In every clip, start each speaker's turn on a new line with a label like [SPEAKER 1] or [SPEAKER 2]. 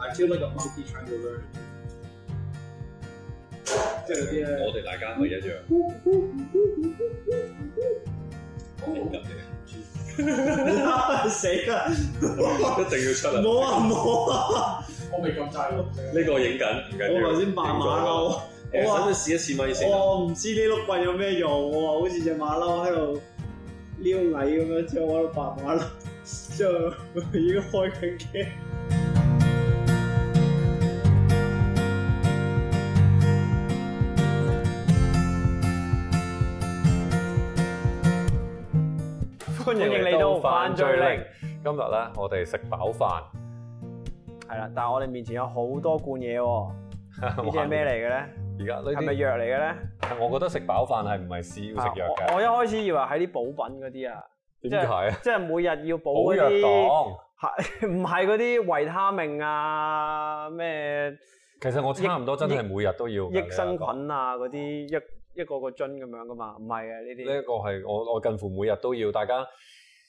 [SPEAKER 1] I feel like a monkey trying to learn. 即係嗰啲 咧，
[SPEAKER 2] 我哋大家咪一樣。敏感嘅，
[SPEAKER 3] 死啦！
[SPEAKER 2] 一定要出啊！
[SPEAKER 3] 冇啊冇啊！
[SPEAKER 1] 我未咁大碌嘅。
[SPEAKER 2] 呢個影緊，唔緊要。
[SPEAKER 3] 我頭先扮馬
[SPEAKER 2] 我
[SPEAKER 3] 騮，我話
[SPEAKER 2] 想唔想試一試咪先？
[SPEAKER 3] 我哦唔知呢碌棍有咩用，我話好似只馬騮喺度撩蟻咁樣，之後我喺度扮馬騮， 之後已經開緊機。
[SPEAKER 2] 歡
[SPEAKER 4] 迎嚟到犯罪令。
[SPEAKER 2] 今日咧，我哋食飽飯。
[SPEAKER 3] 係啦，但係我哋面前有好多罐嘢 喎，呢啲係咩嚟嘅咧？
[SPEAKER 2] 而家呢
[SPEAKER 3] 係咪
[SPEAKER 2] 啲，
[SPEAKER 3] 藥嚟嘅咧？
[SPEAKER 2] 我覺得食飽飯係唔係試要食藥
[SPEAKER 3] 啊我
[SPEAKER 2] 嘅？
[SPEAKER 3] 我一開始以為係啲補品嗰啲啊，
[SPEAKER 2] 點解啊？
[SPEAKER 3] 即係每日要
[SPEAKER 2] 補
[SPEAKER 3] 補嗰
[SPEAKER 2] 藥
[SPEAKER 3] 啲，
[SPEAKER 2] 黨。
[SPEAKER 3] 係唔係嗰啲維他命啊、咩
[SPEAKER 2] 其實我差唔多真係每日都要㗎
[SPEAKER 3] 益生。菌啊嗰啲一一個個樽咁樣噶嘛？唔係嘅
[SPEAKER 2] 呢一個呢
[SPEAKER 3] 呢
[SPEAKER 2] 一個係我我近乎每日都要，大家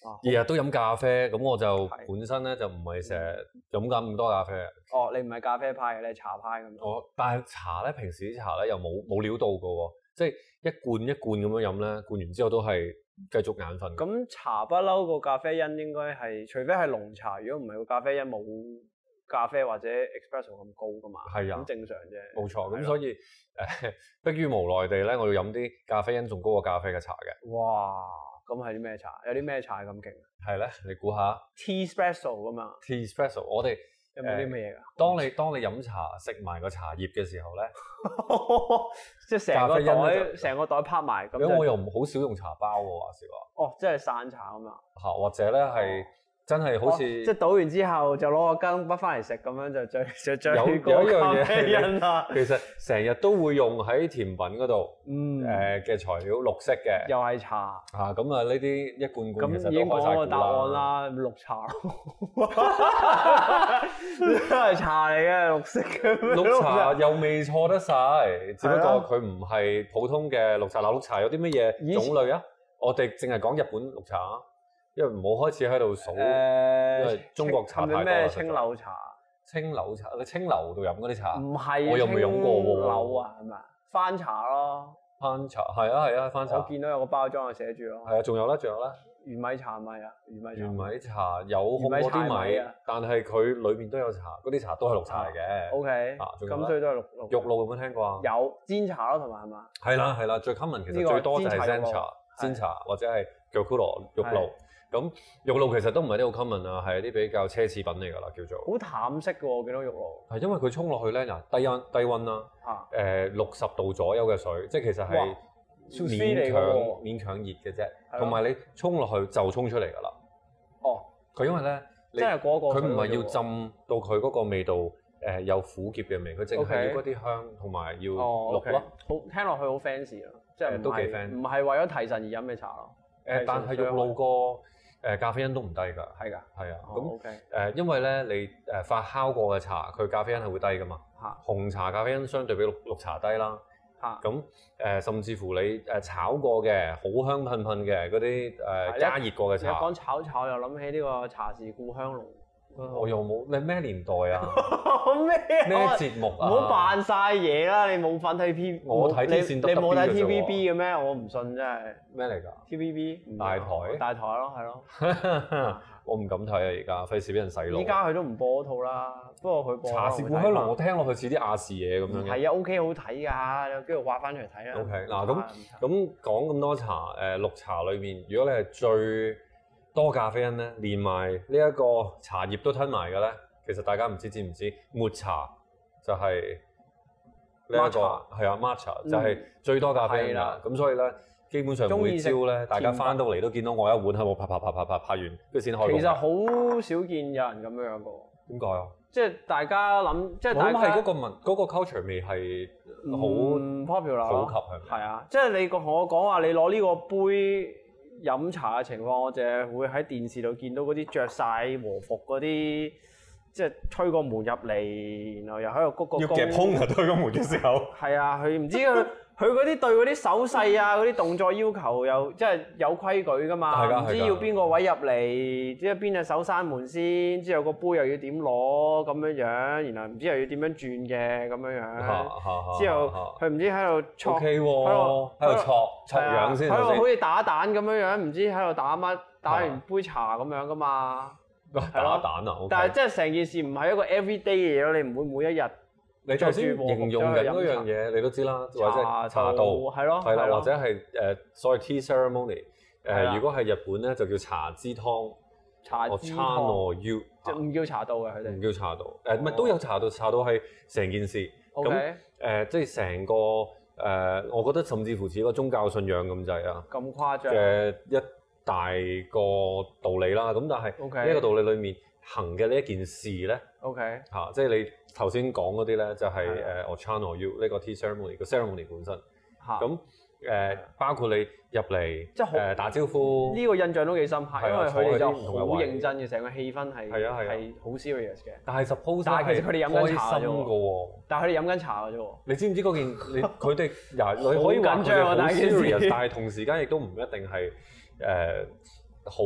[SPEAKER 3] 好
[SPEAKER 2] 日日都飲咖啡，咁我就
[SPEAKER 3] 係
[SPEAKER 2] 本身咧就唔係成日飲咁多咖啡。
[SPEAKER 3] 啲。哦，你唔係咖啡派嘅，你係茶派咁樣。
[SPEAKER 2] 我但係茶咧，平時啲茶咧又冇冇料到嘅喎，即係一罐一罐咁樣飲咧，灌完之後都係繼續眼瞓。
[SPEAKER 3] 咁茶不嬲個咖啡因應該係，除非係濃茶，如果唔係個咖啡因冇咖啡或者 espresso 咁高噶嘛。
[SPEAKER 2] 係啊
[SPEAKER 3] 咁正常啫。
[SPEAKER 2] 冇錯，
[SPEAKER 3] 係
[SPEAKER 2] 咁
[SPEAKER 3] 咯
[SPEAKER 2] 所以 誒、迫於無奈地咧，我要飲啲咖啡因仲高過咖啡嘅茶嘅，
[SPEAKER 3] 哇，咁係啲咩茶？有啲咩茶咁勁
[SPEAKER 2] 係咧，你估下
[SPEAKER 3] ？Tea espresso 噶嘛？
[SPEAKER 2] tea espresso，我哋
[SPEAKER 3] 有冇啲咩嘢㗎？
[SPEAKER 2] 當你當你飲茶食埋個茶葉嘅時候咧，
[SPEAKER 3] 即係成個
[SPEAKER 2] 咖啡因咧
[SPEAKER 3] 袋
[SPEAKER 2] 就
[SPEAKER 3] 成個袋拍埋咁
[SPEAKER 2] 咁
[SPEAKER 3] 就
[SPEAKER 2] 我又唔好少用茶包喎，話時話
[SPEAKER 3] 哦，即係散茶咁樣，
[SPEAKER 2] 嚇，或者咧係真係好似、
[SPEAKER 3] 哦即係倒完之後就攞個羹筆翻嚟食咁樣就最 就最
[SPEAKER 2] 有
[SPEAKER 3] 高
[SPEAKER 2] 有一樣嘢
[SPEAKER 3] 咖啡因啊 啦。
[SPEAKER 2] 其實成日都會用喺甜品嗰度
[SPEAKER 3] 嗯，
[SPEAKER 2] 誒嘅材料綠色嘅
[SPEAKER 3] 又係茶。
[SPEAKER 2] 嚇，啊咁啊呢啲一罐罐
[SPEAKER 3] 咁
[SPEAKER 2] 其實
[SPEAKER 3] 已
[SPEAKER 2] 都
[SPEAKER 3] 經
[SPEAKER 2] 開晒
[SPEAKER 3] 講個
[SPEAKER 2] 罐
[SPEAKER 3] 答案。啦，綠 茶咯，都係茶嚟嘅，綠色嘅咩
[SPEAKER 2] 綠 茶又未錯得晒，只不
[SPEAKER 3] 係
[SPEAKER 2] 過
[SPEAKER 3] 啊
[SPEAKER 2] 佢唔係普通嘅綠茶。嗱，綠茶有啲乜
[SPEAKER 3] 以
[SPEAKER 2] 嘢
[SPEAKER 3] 前
[SPEAKER 2] 種類啊？我哋淨係講日本綠茶啊，因為唔好開始喺度數因為
[SPEAKER 3] 誒，
[SPEAKER 2] 中國茶
[SPEAKER 3] 係咪
[SPEAKER 2] 太多啦
[SPEAKER 3] 咩
[SPEAKER 2] 實在
[SPEAKER 3] 清流茶？
[SPEAKER 2] 清樓茶，你清樓度飲嗰啲茶，
[SPEAKER 3] 唔係
[SPEAKER 2] 我又未飲過喎
[SPEAKER 3] 清柳啊，係咪啊？番茶咯，
[SPEAKER 2] 番茶係啊係啊番茶
[SPEAKER 3] 我，見到有個包裝係寫住咯，
[SPEAKER 2] 係啊仲有咧仲有咧，
[SPEAKER 3] 玄米茶咪啊，玄米茶
[SPEAKER 2] 玄。米茶有烘嗰
[SPEAKER 3] 原米茶
[SPEAKER 2] 啲
[SPEAKER 3] 米
[SPEAKER 2] 米
[SPEAKER 3] 啊，
[SPEAKER 2] 但係佢裏面都有茶，嗰啲茶都係綠茶嚟嘅。
[SPEAKER 3] O K，
[SPEAKER 2] 啊仲有
[SPEAKER 3] 咁
[SPEAKER 2] 咧
[SPEAKER 3] 所以都係綠綠
[SPEAKER 2] 玉露有冇聽過啊？
[SPEAKER 3] 有煎茶咯，同埋係嘛？
[SPEAKER 2] 係啦係啦，最 common 其
[SPEAKER 3] 呢
[SPEAKER 2] 實
[SPEAKER 3] 個
[SPEAKER 2] 最多就係
[SPEAKER 3] 煎茶肉
[SPEAKER 2] Zen
[SPEAKER 3] 露
[SPEAKER 2] 茶、
[SPEAKER 3] 係
[SPEAKER 2] 煎茶或者係 g o k u r o 玉露
[SPEAKER 3] 係。
[SPEAKER 2] 咁玉露其實都唔係啲好 common 啊，係一啲比較奢侈品嚟㗎啦，叫做。
[SPEAKER 3] 好淡色嘅喎，我見到玉露
[SPEAKER 2] 係因為佢沖落去咧，嗱低温低温啦，
[SPEAKER 3] 嚇，
[SPEAKER 2] 誒六十度左右嘅水，即係其實係
[SPEAKER 3] 哇 sous vide
[SPEAKER 2] 勉
[SPEAKER 3] 嚟㗎
[SPEAKER 2] 強
[SPEAKER 3] 喎
[SPEAKER 2] 勉強熱嘅啫。
[SPEAKER 3] 咯
[SPEAKER 2] 同埋你沖落去就沖出嚟㗎啦。
[SPEAKER 3] 哦，
[SPEAKER 2] 佢因為咧，你
[SPEAKER 3] 真係嗰個
[SPEAKER 2] 佢唔係
[SPEAKER 3] 水
[SPEAKER 2] 要
[SPEAKER 3] 喎
[SPEAKER 2] 浸到佢嗰個味道誒有苦澀嘅味，佢淨
[SPEAKER 3] OK
[SPEAKER 2] 係要嗰啲香同埋要
[SPEAKER 3] 哦
[SPEAKER 2] 綠
[SPEAKER 3] ，OK，
[SPEAKER 2] 咯。
[SPEAKER 3] 好聽落去好 fancy 咯，即係
[SPEAKER 2] 誒
[SPEAKER 3] 唔
[SPEAKER 2] 都幾
[SPEAKER 3] 係
[SPEAKER 2] fan
[SPEAKER 3] 唔係為咗提神而飲嘅茶咯，
[SPEAKER 2] 誒，
[SPEAKER 3] 係
[SPEAKER 2] 但係
[SPEAKER 3] 純
[SPEAKER 2] 玉
[SPEAKER 3] 粹
[SPEAKER 2] 露個誒咖啡因都唔低㗎。
[SPEAKER 3] 係㗎。
[SPEAKER 2] 係啊，
[SPEAKER 3] 哦
[SPEAKER 2] 咁
[SPEAKER 3] OK，
[SPEAKER 2] 誒，因為咧你誒發酵過嘅茶，佢咖啡因係會低㗎嘛。
[SPEAKER 3] 嚇
[SPEAKER 2] 紅茶咖啡因相對比綠綠茶低啦。
[SPEAKER 3] 嚇，
[SPEAKER 2] 咁誒、呃甚至乎你誒炒過嘅，好香噴噴嘅嗰啲
[SPEAKER 3] 係啊
[SPEAKER 2] 誒
[SPEAKER 3] 一
[SPEAKER 2] 加熱過嘅
[SPEAKER 3] 你一講
[SPEAKER 2] 茶，
[SPEAKER 3] 炒炒又諗起呢個茶是故鄉濃，
[SPEAKER 2] 我又冇你咩年代啊？
[SPEAKER 3] 咩啊
[SPEAKER 2] 咩節目
[SPEAKER 3] 哦唔
[SPEAKER 2] 啊？
[SPEAKER 3] 好扮晒嘢啦！你冇份睇 P，
[SPEAKER 2] 我睇天線
[SPEAKER 3] 你
[SPEAKER 2] 得
[SPEAKER 3] 你冇睇
[SPEAKER 2] TVB 嘅啫喎
[SPEAKER 3] TVB 嘅咩？我唔信真係
[SPEAKER 2] 咩嚟
[SPEAKER 3] TVB 唔
[SPEAKER 2] 大台
[SPEAKER 3] 大台咯，係咯。
[SPEAKER 2] 㗎？ 我唔敢睇啊！而家費事俾人洗腦。
[SPEAKER 3] 依家佢啊都唔播嗰套啦，不過佢播
[SPEAKER 2] 茶是故鄉濃，我聽落去似啲亞視嘢咁樣嘅。
[SPEAKER 3] 係啊，OK 好睇㗎，你跟住挖翻出嚟睇啦。啊
[SPEAKER 2] OK，嗱咁咁講咁多茶，誒、綠茶裏面，如果你係最多咖啡因咧，連埋呢一個茶葉都吞埋嘅咧，其實大家唔知知唔知，抹茶就係呢一個
[SPEAKER 3] Matcha
[SPEAKER 2] 係啊抹茶
[SPEAKER 3] 嗯
[SPEAKER 2] 就係最多咖啡因
[SPEAKER 3] 係啦
[SPEAKER 2] 啦。咁所以咧，基本上
[SPEAKER 3] 鍾
[SPEAKER 2] 每
[SPEAKER 3] 意食
[SPEAKER 2] 朝咧，大家
[SPEAKER 3] 甜品
[SPEAKER 2] 翻到嚟都見到我一碗喺度啪啪啪啪啪拍完，跟住先開個。
[SPEAKER 3] 其實好少見有人咁樣㗎，
[SPEAKER 2] 點解啊？
[SPEAKER 3] 即係大家諗，即係
[SPEAKER 2] 我
[SPEAKER 3] 大
[SPEAKER 2] 諗係
[SPEAKER 3] 家嗯
[SPEAKER 2] 嗰個文嗰、個 culture 未係
[SPEAKER 3] 唔 popular
[SPEAKER 2] 好普
[SPEAKER 3] 咯
[SPEAKER 2] 及。係咪？
[SPEAKER 3] 係啊，即係你同我講話，你攞呢個杯飲茶嘅情況，我淨係會喺電視度見到嗰啲着晒和服嗰啲，即係推個門入嚟，然後又喺度鞠個
[SPEAKER 2] 要
[SPEAKER 3] 躬。
[SPEAKER 2] 夾胸啊！推個門嘅時候。
[SPEAKER 3] 係啊，佢唔知佢佢嗰啲對嗰啲手勢啊、嗰啲動作要求又即係有規矩噶嘛，
[SPEAKER 2] 係㗎
[SPEAKER 3] 唔知
[SPEAKER 2] 係㗎
[SPEAKER 3] 要邊個位入嚟，即係邊隻手閂門先，之後個杯又要點攞咁樣樣，然後唔知又要點樣轉嘅咁樣
[SPEAKER 2] 嚇
[SPEAKER 3] 樣，
[SPEAKER 2] 嚇
[SPEAKER 3] 之後佢唔知喺度
[SPEAKER 2] ，O
[SPEAKER 3] 戳
[SPEAKER 2] K 喎，
[SPEAKER 3] 喺度
[SPEAKER 2] 喺度戳戳
[SPEAKER 3] 係啊
[SPEAKER 2] 樣先
[SPEAKER 3] 喺
[SPEAKER 2] 頭
[SPEAKER 3] 度好
[SPEAKER 2] 先，
[SPEAKER 3] 似打蛋咁樣樣，唔知喺度打乜，打完
[SPEAKER 2] 啊
[SPEAKER 3] 杯茶咁樣噶嘛。係
[SPEAKER 2] 打
[SPEAKER 3] 咯
[SPEAKER 2] 蛋啊，
[SPEAKER 3] 但係。
[SPEAKER 2] OK
[SPEAKER 3] 真係成件事唔係一個 everyday 嘅嘢咯，你唔會每一日
[SPEAKER 2] 你頭先形容緊嗰樣嘢，你都知啦，或者係茶道，
[SPEAKER 3] 係咯，
[SPEAKER 2] 係啦，
[SPEAKER 3] 咯
[SPEAKER 2] 或者係誒所謂 tea ceremony，
[SPEAKER 3] 係啦
[SPEAKER 2] 誒如果係日本咧就叫茶之湯，
[SPEAKER 3] 茶
[SPEAKER 2] 我
[SPEAKER 3] 之
[SPEAKER 2] c h a n
[SPEAKER 3] 湯，
[SPEAKER 2] o u
[SPEAKER 3] 就唔叫茶道嘅佢
[SPEAKER 2] 唔
[SPEAKER 3] 哋。
[SPEAKER 2] 叫茶道，誒唔
[SPEAKER 3] 哦
[SPEAKER 2] 係都有茶道，茶道係成件事，
[SPEAKER 3] O
[SPEAKER 2] 咁
[SPEAKER 3] K，
[SPEAKER 2] 誒即係成個誒，我覺得甚至乎似一個宗教信仰咁滯啊
[SPEAKER 3] 咁誇張。
[SPEAKER 2] 嘅一大個道理啦。咁但係
[SPEAKER 3] OK
[SPEAKER 2] 呢一個道理裡面行嘅呢一件事咧。
[SPEAKER 3] O K，
[SPEAKER 2] 嚇、即係你頭先講嗰啲咧，就係、
[SPEAKER 3] 係
[SPEAKER 2] 誒 o c h a n o u 呢個 tea ceremony 個 ceremony 本身。
[SPEAKER 3] 嚇，
[SPEAKER 2] 咁誒、包括你入嚟，
[SPEAKER 3] 即係好
[SPEAKER 2] 誒、打招呼，
[SPEAKER 3] 呢個印象都幾深刻，
[SPEAKER 2] 係啊
[SPEAKER 3] 因為佢哋就
[SPEAKER 2] 坐喺啲唔
[SPEAKER 3] 好
[SPEAKER 2] 同嘅位
[SPEAKER 3] 認真嘅，成個氣氛係
[SPEAKER 2] 係啊係啊
[SPEAKER 3] 係好 serious 嘅。
[SPEAKER 2] 但係 suppose
[SPEAKER 3] 但係其實佢哋飲緊茶啫喎
[SPEAKER 2] 開心嘅喎。
[SPEAKER 3] 但係佢哋飲緊茶嘅啫喎。
[SPEAKER 2] 你知唔知嗰件 你佢哋又你可以話
[SPEAKER 3] 好緊
[SPEAKER 2] 佢
[SPEAKER 3] 張
[SPEAKER 2] 哋
[SPEAKER 3] 啊
[SPEAKER 2] 好
[SPEAKER 3] 但係件事
[SPEAKER 2] serious，但係 同時間亦都唔一定係誒好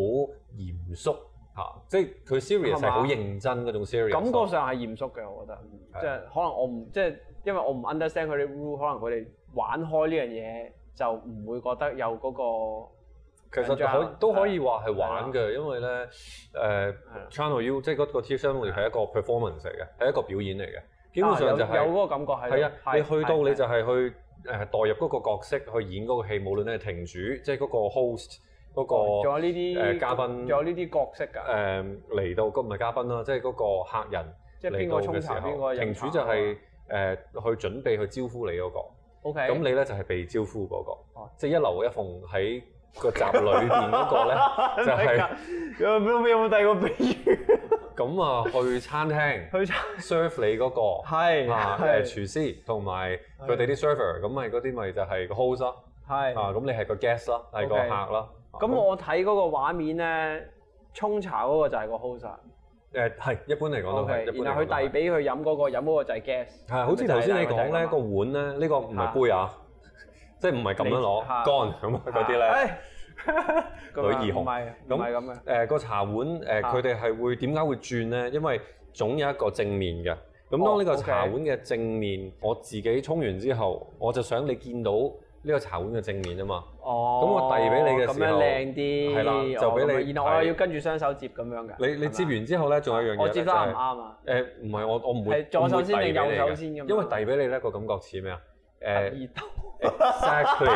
[SPEAKER 2] 嚴肅嚇、即係佢 serious
[SPEAKER 3] 係嘛
[SPEAKER 2] 係好認真嗯嗰種 serious。
[SPEAKER 3] 感覺上係嚴肅嘅，我覺得，即係可能我唔即係因為我唔 understand 佢哋 rule，可能佢哋玩開呢樣嘢就唔會覺得有嗰個
[SPEAKER 2] 其
[SPEAKER 3] 緊
[SPEAKER 2] 實
[SPEAKER 3] 張啊
[SPEAKER 2] 可都可以話係玩嘅，因為咧誒
[SPEAKER 3] 係啊
[SPEAKER 2] Channel U 即係嗰個 T ceremony 係一個 performance 嚟嘅，係一個表演嚟嘅。基
[SPEAKER 3] 基
[SPEAKER 2] 本上就
[SPEAKER 3] 啊有有
[SPEAKER 2] 係
[SPEAKER 3] 嗰個感覺喺度。
[SPEAKER 2] 係啊，你去到
[SPEAKER 3] 係
[SPEAKER 2] 你就係去誒代入嗰個角色去演嗰個戲，無論你係亭主，即係嗰個 host 嗰
[SPEAKER 3] 哦仲有
[SPEAKER 2] 個
[SPEAKER 3] 呢啲
[SPEAKER 2] 誒嘉賓
[SPEAKER 3] 仲有呢啲角色㗎，
[SPEAKER 2] 誒嚟到個唔係嘉賓啦，即係嗰個客人
[SPEAKER 3] 即係邊
[SPEAKER 2] 嚟
[SPEAKER 3] 個
[SPEAKER 2] 到
[SPEAKER 3] 沖
[SPEAKER 2] 嘅時
[SPEAKER 3] 茶啊邊個
[SPEAKER 2] 候，
[SPEAKER 3] 飲
[SPEAKER 2] 亭主
[SPEAKER 3] 茶。
[SPEAKER 2] 就係誒去準備去招呼你嗰個。
[SPEAKER 3] O K，
[SPEAKER 2] 咁你咧就係被招呼嗰
[SPEAKER 3] 哦
[SPEAKER 2] 個，即係一樓一縫喺個閘裏邊 嗰個咧。就係
[SPEAKER 3] 有冇有冇第二個比喻？
[SPEAKER 2] 咁啊，去 餐廳
[SPEAKER 3] 去茶
[SPEAKER 2] serve 你嗰個
[SPEAKER 3] 係
[SPEAKER 2] 啊誒
[SPEAKER 3] 係
[SPEAKER 2] 廚師同埋佢哋啲 server，咁咪嗰啲咪就係個 host 啦，啊
[SPEAKER 3] 係。
[SPEAKER 2] 咁你係個 guest 啦，係個
[SPEAKER 3] OK
[SPEAKER 2] 客啦。啊
[SPEAKER 3] 咁我睇嗰個畫面咧，沖茶嗰個就係個 host 啊。
[SPEAKER 2] 誒係一般嚟講都
[SPEAKER 3] O
[SPEAKER 2] 係
[SPEAKER 3] K，
[SPEAKER 2] 一般嚟講都係，
[SPEAKER 3] 然後佢遞俾佢飲嗰個，飲嗰個就係 gas。
[SPEAKER 2] 係啊好似頭先你講咧個
[SPEAKER 3] 個
[SPEAKER 2] 碗咧，呢個唔係杯啊，即係唔係咁樣攞
[SPEAKER 3] 你嚇
[SPEAKER 2] 乾咁啊嗰啲咧。女 兒紅
[SPEAKER 3] 唔係唔係咁嘅。
[SPEAKER 2] 誒個茶碗誒，
[SPEAKER 3] 啊
[SPEAKER 2] 佢哋係會點解會轉咧？因為總有一個正面嘅。咁
[SPEAKER 3] 哦
[SPEAKER 2] 當呢個
[SPEAKER 3] OK
[SPEAKER 2] 茶碗嘅正面，我自己沖完之後，我就想你見到呢個茶碗嘅正面啊嘛。
[SPEAKER 3] 哦，
[SPEAKER 2] 咁我遞俾你嘅
[SPEAKER 3] 咁
[SPEAKER 2] 時
[SPEAKER 3] 樣
[SPEAKER 2] 候
[SPEAKER 3] 靚啲，
[SPEAKER 2] 係啦就俾你
[SPEAKER 3] 哦咁樣然後我
[SPEAKER 2] 係
[SPEAKER 3] 又要跟住雙手接咁樣嘅。
[SPEAKER 2] 你你
[SPEAKER 3] 係
[SPEAKER 2] 接
[SPEAKER 3] 嘛，
[SPEAKER 2] 完之後咧，仲有一樣嘢
[SPEAKER 3] 我
[SPEAKER 2] 呢
[SPEAKER 3] 接
[SPEAKER 2] 就
[SPEAKER 3] 得啱唔
[SPEAKER 2] 係
[SPEAKER 3] 啱啊？
[SPEAKER 2] 誒唔係我我唔會
[SPEAKER 3] 係左手
[SPEAKER 2] 我唔
[SPEAKER 3] 先
[SPEAKER 2] 會
[SPEAKER 3] 定
[SPEAKER 2] 遞俾你嘅
[SPEAKER 3] 右手先咁樣
[SPEAKER 2] 因為遞俾你咧個感覺似咩啊？誒
[SPEAKER 3] 熱 刀
[SPEAKER 2] exactly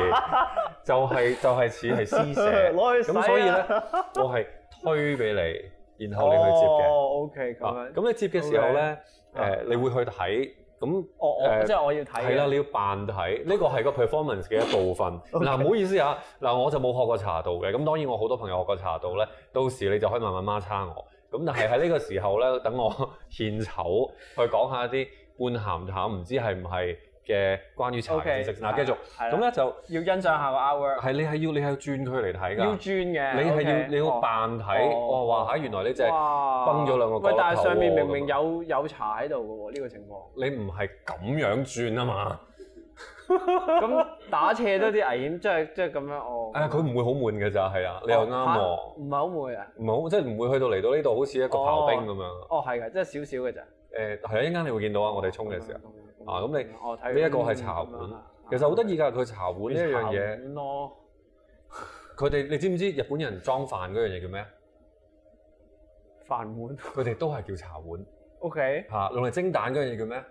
[SPEAKER 2] 就係就係似係施捨，
[SPEAKER 3] 攞去洗啊
[SPEAKER 2] 咁所以咧我係推俾你，然後你去接嘅。
[SPEAKER 3] 哦，OK，咁
[SPEAKER 2] 啊
[SPEAKER 3] 樣。
[SPEAKER 2] 咁你接嘅時候咧，
[SPEAKER 3] OK
[SPEAKER 2] 誒你會去睇，咁
[SPEAKER 3] 哦，我
[SPEAKER 2] 誒
[SPEAKER 3] 即係我要睇嘅。
[SPEAKER 2] 係啦，你要扮睇，呢個 係個 performance 嘅一部分。嗱，唔好意思啊，嗱，我就冇學過茶道嘅，咁當然我好多朋友學過茶道咧，到時你就可以慢慢孖叉我。咁但係喺呢個時候咧，等我獻醜去講下啲半鹹淡，唔知係唔係嘅關於茶嘅
[SPEAKER 3] OK，
[SPEAKER 2] 知識。嗱，繼續，
[SPEAKER 3] 係啦
[SPEAKER 2] 咁咧就
[SPEAKER 3] 要欣賞下個 hour，
[SPEAKER 2] 係你係要你係要轉佢嚟睇
[SPEAKER 3] 要
[SPEAKER 2] 㗎，
[SPEAKER 3] 轉嘅。
[SPEAKER 2] 你係
[SPEAKER 3] OK，
[SPEAKER 2] 要你要
[SPEAKER 3] 哦
[SPEAKER 2] 扮睇，
[SPEAKER 3] 哦
[SPEAKER 2] 哇哇嚇，原來呢隻
[SPEAKER 3] 哇
[SPEAKER 2] 崩咗兩個角落
[SPEAKER 3] 喂，但係
[SPEAKER 2] 頭
[SPEAKER 3] 上面
[SPEAKER 2] 喎
[SPEAKER 3] 明
[SPEAKER 2] 咁
[SPEAKER 3] 明
[SPEAKER 2] 樣
[SPEAKER 3] 有有茶喺度嘅喎，呢個情況。
[SPEAKER 2] 你唔係咁樣轉啊嘛。
[SPEAKER 3] 咁打斜都有啲危險，即係即係咁樣哦。
[SPEAKER 2] 誒，佢唔會好悶嘅咋，係啊，你又啱
[SPEAKER 3] 嚇
[SPEAKER 2] 喎，
[SPEAKER 3] 唔係好悶啊？
[SPEAKER 2] 唔好即係唔會去到嚟到呢度好似一個炮兵咁樣。
[SPEAKER 3] 哦，係嘅，即係少少嘅咋。
[SPEAKER 2] 誒係啊，一陣間你會見到啊，我哋沖嘅時候，
[SPEAKER 3] 候
[SPEAKER 2] 啊咁你
[SPEAKER 3] 嗯我睇
[SPEAKER 2] 呢一個係茶碗其實好得意㗎，佢茶碗呢一樣嘢，
[SPEAKER 3] 嘢咯。
[SPEAKER 2] 佢哋你知唔知日本人裝飯嗰樣嘢叫咩啊？
[SPEAKER 3] 飯碗
[SPEAKER 2] 佢哋都係叫茶碗
[SPEAKER 3] ，OK，
[SPEAKER 2] 嚇，用嚟蒸蛋嗰樣嘢叫咩？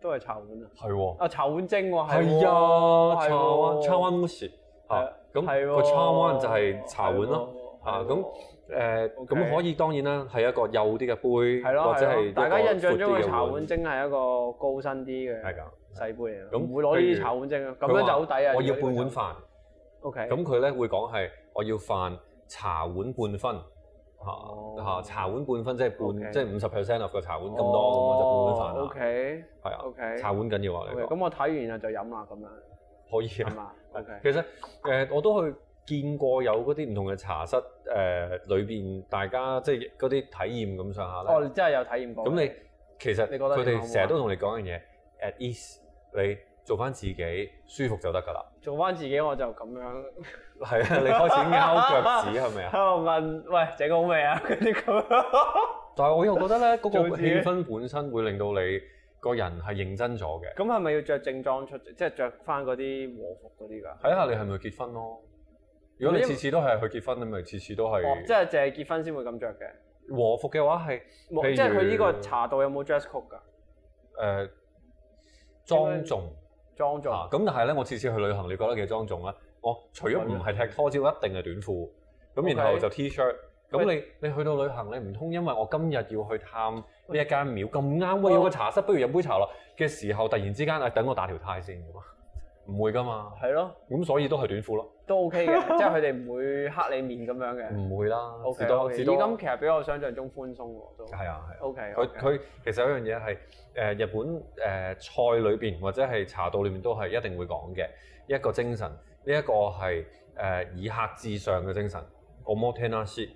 [SPEAKER 3] 都係茶碗啊。
[SPEAKER 2] 係喎，
[SPEAKER 3] 啊，茶碗蒸喎，係
[SPEAKER 2] 係
[SPEAKER 3] 喎
[SPEAKER 2] 啊，茶碗茶碗 m u s
[SPEAKER 3] 係啊
[SPEAKER 2] 嚇，
[SPEAKER 3] 係
[SPEAKER 2] 咁
[SPEAKER 3] 喎
[SPEAKER 2] 個茶碗就係茶碗
[SPEAKER 3] 係
[SPEAKER 2] 咯。
[SPEAKER 3] 喎
[SPEAKER 2] 啊
[SPEAKER 3] 係
[SPEAKER 2] 咁
[SPEAKER 3] 喎
[SPEAKER 2] 誒，
[SPEAKER 3] OK
[SPEAKER 2] 咁可以當然啦，係一個幼啲嘅杯，
[SPEAKER 3] 係咯，
[SPEAKER 2] 或者
[SPEAKER 3] 係
[SPEAKER 2] 係
[SPEAKER 3] 咯大家印象中
[SPEAKER 2] 嘅
[SPEAKER 3] 嘅茶碗蒸係一個高身啲嘅
[SPEAKER 2] 係㗎。
[SPEAKER 3] 細杯嚟嘅，
[SPEAKER 2] 咁
[SPEAKER 3] 唔會攞呢
[SPEAKER 2] 譬
[SPEAKER 3] 啲
[SPEAKER 2] 如
[SPEAKER 3] 茶碗蒸啊，咁
[SPEAKER 2] 佢
[SPEAKER 3] 樣
[SPEAKER 2] 話
[SPEAKER 3] 就好抵啊！
[SPEAKER 2] 我要半碗
[SPEAKER 3] 飯
[SPEAKER 2] 飯。
[SPEAKER 3] ，OK，
[SPEAKER 2] 咁啊佢咧會講係我要飯茶碗半分嚇嚇、
[SPEAKER 3] 哦
[SPEAKER 2] 啊茶碗半分即係半
[SPEAKER 3] OK 哦
[SPEAKER 2] 即係五十 percent of 個茶碗咁多咁我就半碗飯
[SPEAKER 3] O
[SPEAKER 2] 啦，
[SPEAKER 3] K
[SPEAKER 2] 係啊
[SPEAKER 3] O K，
[SPEAKER 2] 茶碗緊要啊
[SPEAKER 3] O
[SPEAKER 2] 你
[SPEAKER 3] K，
[SPEAKER 2] 講
[SPEAKER 3] 咁我睇完然後就飲啦，咁樣
[SPEAKER 2] 可以
[SPEAKER 3] 係
[SPEAKER 2] 啊。
[SPEAKER 3] 嘛？O K，
[SPEAKER 2] 其實誒、呃我都去見過有嗰啲唔同嘅茶室誒呃裏邊大家即係嗰啲體驗咁上下
[SPEAKER 3] 哦，
[SPEAKER 2] 咧。
[SPEAKER 3] 你真係有體驗過。
[SPEAKER 2] 咁、你其實
[SPEAKER 3] 你覺得
[SPEAKER 2] 佢
[SPEAKER 3] 點好唔好
[SPEAKER 2] 哋
[SPEAKER 3] 啊
[SPEAKER 2] 成日都同你講樣嘢，at ease 你做翻自己舒服就得㗎啦。
[SPEAKER 3] 做翻自己我就咁樣
[SPEAKER 2] 係啊，你 開始勾腳趾係咪
[SPEAKER 3] 喺
[SPEAKER 2] 啊？
[SPEAKER 3] 度問，喂，整好未啊？嗰啲咁 樣。
[SPEAKER 2] 但係我又覺得咧，嗰、
[SPEAKER 3] 做
[SPEAKER 2] 個
[SPEAKER 3] 自己
[SPEAKER 2] 氣氛本身會令到你個人係認真咗嘅。
[SPEAKER 3] 咁係咪要着正裝出席，即係着翻嗰啲和服嗰啲㗎？
[SPEAKER 2] 睇下你係咪結婚咯。如果你
[SPEAKER 3] 因為
[SPEAKER 2] 次次都係去結婚，你咪次次都係、
[SPEAKER 3] 哦，即係淨係結婚先會咁着嘅。
[SPEAKER 2] 和服嘅話係
[SPEAKER 3] 冇
[SPEAKER 2] 譬如
[SPEAKER 3] 即係佢呢個茶道有冇 dress code 㗎？
[SPEAKER 2] 誒呃莊重
[SPEAKER 3] 裝
[SPEAKER 2] 啊。
[SPEAKER 3] 作
[SPEAKER 2] 咁但係咧，我次次去旅行，你覺得幾莊重啊？我除咗唔係踢拖之外，一定係短褲。咁然後
[SPEAKER 3] OK
[SPEAKER 2] 就 T 恤。咁你你去到旅行，你唔通因為我今日要去探呢一間廟咁啱，喂有個茶室，不如飲杯茶咯嘅時候，突然之間誒等我打條呔先㗎嘛？唔會㗎嘛。
[SPEAKER 3] 係咯，
[SPEAKER 2] 咁所以都係短褲咯，
[SPEAKER 3] 都 OK 嘅，即係佢哋唔會黑你面咁樣嘅。
[SPEAKER 2] 唔會啦。
[SPEAKER 3] OK
[SPEAKER 2] 至嗯多
[SPEAKER 3] OK，
[SPEAKER 2] 至
[SPEAKER 3] 咦
[SPEAKER 2] 多啊
[SPEAKER 3] 咁其實比我想象中寬鬆喎，都
[SPEAKER 2] 係啊係啊。
[SPEAKER 3] OK。
[SPEAKER 2] 佢佢其實有一樣嘢係誒日本誒、呃菜裏邊或者係茶道裏面都係一定會講嘅一個精神，呢、一個係誒、呃以客至上嘅精神。我摩聽啦先，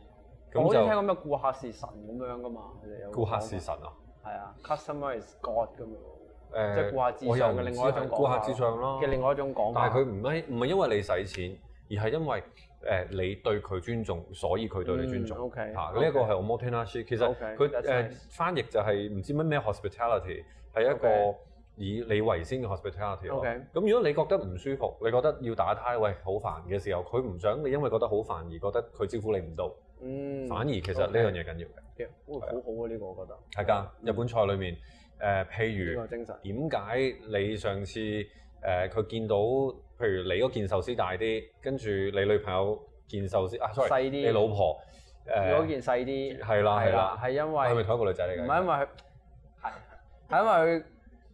[SPEAKER 3] 我
[SPEAKER 2] 咁
[SPEAKER 3] 好似聽過
[SPEAKER 2] 就
[SPEAKER 3] 咩顧客是神咁樣㗎嘛，佢哋有個
[SPEAKER 2] 顧客
[SPEAKER 3] 講
[SPEAKER 2] 是
[SPEAKER 3] 法
[SPEAKER 2] 神啊。
[SPEAKER 3] 係啊，customer is god 咁樣
[SPEAKER 2] 誒、
[SPEAKER 3] 即係顧客至
[SPEAKER 2] 我又
[SPEAKER 3] 上
[SPEAKER 2] 唔
[SPEAKER 3] 嘅
[SPEAKER 2] 知
[SPEAKER 3] 另外一種
[SPEAKER 2] 係
[SPEAKER 3] 講
[SPEAKER 2] 顧
[SPEAKER 3] 法
[SPEAKER 2] 客至上啦。
[SPEAKER 3] 嘅另外一種講法。
[SPEAKER 2] 哦但係佢唔係唔係因為你使錢，而係因為誒、呃你對佢尊重，所以佢對你尊重。
[SPEAKER 3] 嗯，OK，
[SPEAKER 2] 嚇
[SPEAKER 3] OK
[SPEAKER 2] 呢一個係我 m o t e n a s h i 其實
[SPEAKER 3] OK，
[SPEAKER 2] 佢
[SPEAKER 3] that's
[SPEAKER 2] 誒
[SPEAKER 3] nice
[SPEAKER 2] 翻譯就係唔知乜咩 hospitality，係一
[SPEAKER 3] OK
[SPEAKER 2] 個以你為先嘅 hospitality 咯
[SPEAKER 3] OK
[SPEAKER 2] 咁如果你覺得唔舒服，你覺得要打呔，喂好煩嘅時候，佢唔想你因為覺得好煩而覺得佢招呼你唔到，
[SPEAKER 3] 嗯，
[SPEAKER 2] 反而其實呢
[SPEAKER 3] OK
[SPEAKER 2] 樣嘢緊要嘅。
[SPEAKER 3] 嘅，會好好啊呢個我覺得
[SPEAKER 2] 係㗎，日本菜裏面誒、呃譬
[SPEAKER 3] 呢
[SPEAKER 2] 如
[SPEAKER 3] 個。精神。
[SPEAKER 2] 點解你上次誒佢、見到，譬如你嗰件壽司大啲，跟住你女朋友件壽司啊，sorry，
[SPEAKER 3] 細啲
[SPEAKER 2] 你老婆
[SPEAKER 3] 如果
[SPEAKER 2] 誒
[SPEAKER 3] 件細啲，
[SPEAKER 2] 係啦係啦
[SPEAKER 3] 係因
[SPEAKER 2] 係咪
[SPEAKER 3] 為
[SPEAKER 2] 同一個女仔嚟
[SPEAKER 3] 唔
[SPEAKER 2] 㗎？
[SPEAKER 3] 係因為佢係係因為佢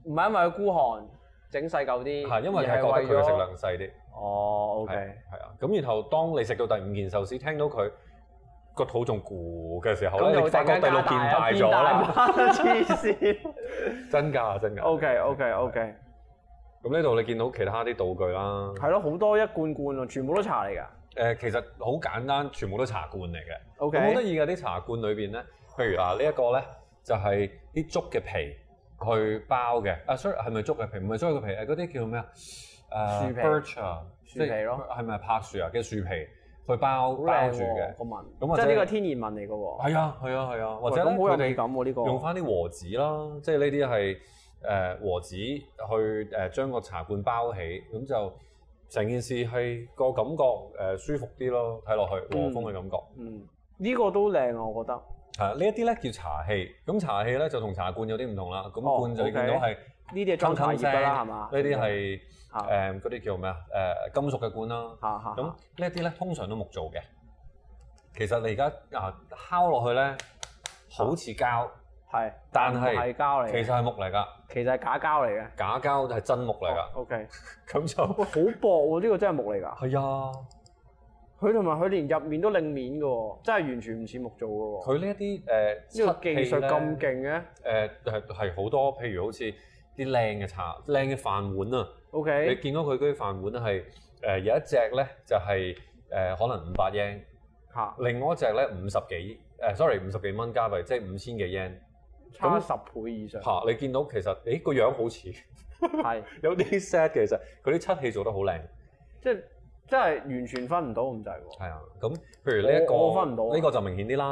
[SPEAKER 3] 唔係因為佢孤寒整細嚿啲，
[SPEAKER 2] 係因為你係
[SPEAKER 3] 而
[SPEAKER 2] 覺得佢嘅食
[SPEAKER 3] 為咗
[SPEAKER 2] 量細啲，
[SPEAKER 3] 哦，OK，
[SPEAKER 2] 係啊。咁然後當你食到第五件壽司，聽到佢個肚仲鼓嘅時候
[SPEAKER 3] 咁
[SPEAKER 2] 咧，
[SPEAKER 3] 就
[SPEAKER 2] 你
[SPEAKER 3] 突
[SPEAKER 2] 發
[SPEAKER 3] 然間
[SPEAKER 2] 覺第六
[SPEAKER 3] 加
[SPEAKER 2] 件大
[SPEAKER 3] 大
[SPEAKER 2] 咗啦，
[SPEAKER 3] 翻黐線。
[SPEAKER 2] 真㗎真㗎。
[SPEAKER 3] OK OK OK，
[SPEAKER 2] 咁呢度你見到其他啲道具啦，
[SPEAKER 3] 係咯，好多一罐罐喎，全部都茶嚟㗎。
[SPEAKER 2] 誒、其實好簡單，全部都茶罐嚟嘅。
[SPEAKER 3] OK，
[SPEAKER 2] 咁好得意嘅啲茶罐裏邊咧，譬如嗱呢一個咧就係啲竹嘅皮去包嘅。啊，sorry，係咪竹嘅皮？唔係竹嘅皮，誒嗰啲叫咩啊？誒
[SPEAKER 3] 樹皮
[SPEAKER 2] birch 啊，
[SPEAKER 3] 樹皮咯
[SPEAKER 2] 即係係咪柏樹啊嘅樹皮去包
[SPEAKER 3] 好
[SPEAKER 2] 包
[SPEAKER 3] 靚
[SPEAKER 2] 住
[SPEAKER 3] 喎
[SPEAKER 2] 嘅
[SPEAKER 3] 個。紋，
[SPEAKER 2] 咁或
[SPEAKER 3] 即
[SPEAKER 2] 者
[SPEAKER 3] 係呢個天然紋嚟㗎喎。
[SPEAKER 2] 係啊，係啊，係啊，或
[SPEAKER 3] 喂
[SPEAKER 2] 者
[SPEAKER 3] 咁
[SPEAKER 2] 咧
[SPEAKER 3] 好
[SPEAKER 2] 佢
[SPEAKER 3] 有美感
[SPEAKER 2] 哋
[SPEAKER 3] 喎呢個。
[SPEAKER 2] 用翻啲和紙啦，即係呢啲係誒和紙去誒將個茶罐包起，咁就成件事係個感覺誒舒服啲咯，睇落去和風嘅感覺。
[SPEAKER 3] 嗯，呢個都靚啊，我覺得。
[SPEAKER 2] 啊，呢一啲咧叫茶器，咁茶器咧就同茶罐有啲唔同啦。咁
[SPEAKER 3] 哦
[SPEAKER 2] 罐就你
[SPEAKER 3] OK
[SPEAKER 2] 見到係
[SPEAKER 3] 呢啲係裝茶葉㗎啦，係嘛？
[SPEAKER 2] 呢啲係
[SPEAKER 3] 嚇
[SPEAKER 2] 誒嗰啲叫咩啊？誒、金屬嘅罐啦。
[SPEAKER 3] 嚇嚇
[SPEAKER 2] 咁呢一啲咧通常都木做嘅。其實你而家啊敲落去咧，好似膠，
[SPEAKER 3] 係，
[SPEAKER 2] 但
[SPEAKER 3] 唔
[SPEAKER 2] 係
[SPEAKER 3] 係啊膠嚟
[SPEAKER 2] 其實
[SPEAKER 3] 嘅，
[SPEAKER 2] 係木嚟㗎，
[SPEAKER 3] 其實係假膠嚟嘅。
[SPEAKER 2] 假膠就係真木嚟㗎。
[SPEAKER 3] O K，
[SPEAKER 2] 咁、
[SPEAKER 3] 喂，好薄喎！呢個真係木嚟㗎，
[SPEAKER 2] 就係啊，
[SPEAKER 3] 佢同埋佢連入面都另面㗎喎，真係完全唔似木做㗎喎。
[SPEAKER 2] 佢呢一啲呃誒
[SPEAKER 3] 呢個技術咁
[SPEAKER 2] 勁
[SPEAKER 3] 勁嘅
[SPEAKER 2] 誒呃係係好多，譬如好似啲靚嘅茶、靚嘅飯碗啊。
[SPEAKER 3] ，O
[SPEAKER 2] 你
[SPEAKER 3] K，
[SPEAKER 2] 見到佢嗰啲飯碗咧係誒有一隻咧就係、誒、可能五百 yen，
[SPEAKER 3] 嚇
[SPEAKER 2] 另外一隻咧五十幾誒，sorry 五十幾蚊加幣，即係五千幾 yen。
[SPEAKER 3] 差
[SPEAKER 2] 咁
[SPEAKER 3] 十倍以上，
[SPEAKER 2] 嚇，你見到其實誒個樣好似
[SPEAKER 3] 係
[SPEAKER 2] 有啲 sad，其實佢啲漆器做得好靚。
[SPEAKER 3] 即係真係完全分唔到咁滯喎。
[SPEAKER 2] 係啊，咁譬如呢、一個
[SPEAKER 3] 我我分唔到啊啊
[SPEAKER 2] 呢個就明顯啲啦，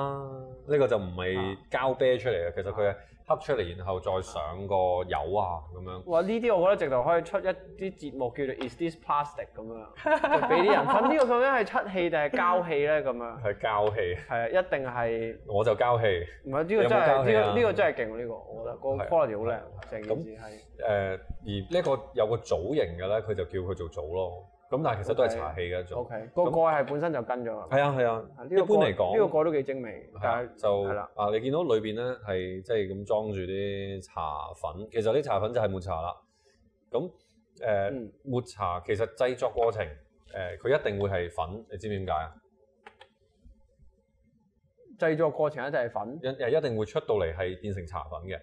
[SPEAKER 2] 呢、個就唔係膠啤出嚟嘅，其實佢係黑出嚟，然後再上個油啊咁樣。
[SPEAKER 3] 哇！呢啲我覺得直頭可以出一啲節目叫做 Is this plastic 咁樣，就俾啲人分呢個究竟係漆器定係膠器咧咁樣。
[SPEAKER 2] 係膠氣，
[SPEAKER 3] 係啊，一定係
[SPEAKER 2] 我就膠氣。
[SPEAKER 3] 唔係呢
[SPEAKER 2] 有
[SPEAKER 3] 個
[SPEAKER 2] 冇
[SPEAKER 3] 真係
[SPEAKER 2] 膠氣
[SPEAKER 3] 呢
[SPEAKER 2] 啊
[SPEAKER 3] 個呢個真係勁喎呢個，我覺得個
[SPEAKER 2] 係啊
[SPEAKER 3] quality 好靚，成件事係。
[SPEAKER 2] 誒、而呢個有個組型嘅咧，佢就叫佢做組咯。咁但係其實都係茶器嘅一種。
[SPEAKER 3] O K，個蓋係本身就跟咗啦。
[SPEAKER 2] 係啊係啊
[SPEAKER 3] 啊呢，個
[SPEAKER 2] 一般
[SPEAKER 3] 蓋
[SPEAKER 2] 嚟
[SPEAKER 3] 呢
[SPEAKER 2] 講
[SPEAKER 3] 個，蓋都幾精美，
[SPEAKER 2] 係啊
[SPEAKER 3] 但係
[SPEAKER 2] 就
[SPEAKER 3] 係啦
[SPEAKER 2] 啊，你見到裏邊咧係即係咁裝住啲茶粉，其實啲茶粉就係抹茶啦。咁誒
[SPEAKER 3] 嗯
[SPEAKER 2] 抹茶其實製作過程誒，佢、一定會係粉，你知唔知點解啊？
[SPEAKER 3] 製作過程一定係粉，
[SPEAKER 2] 一誒一定會出到嚟係變成茶粉嘅，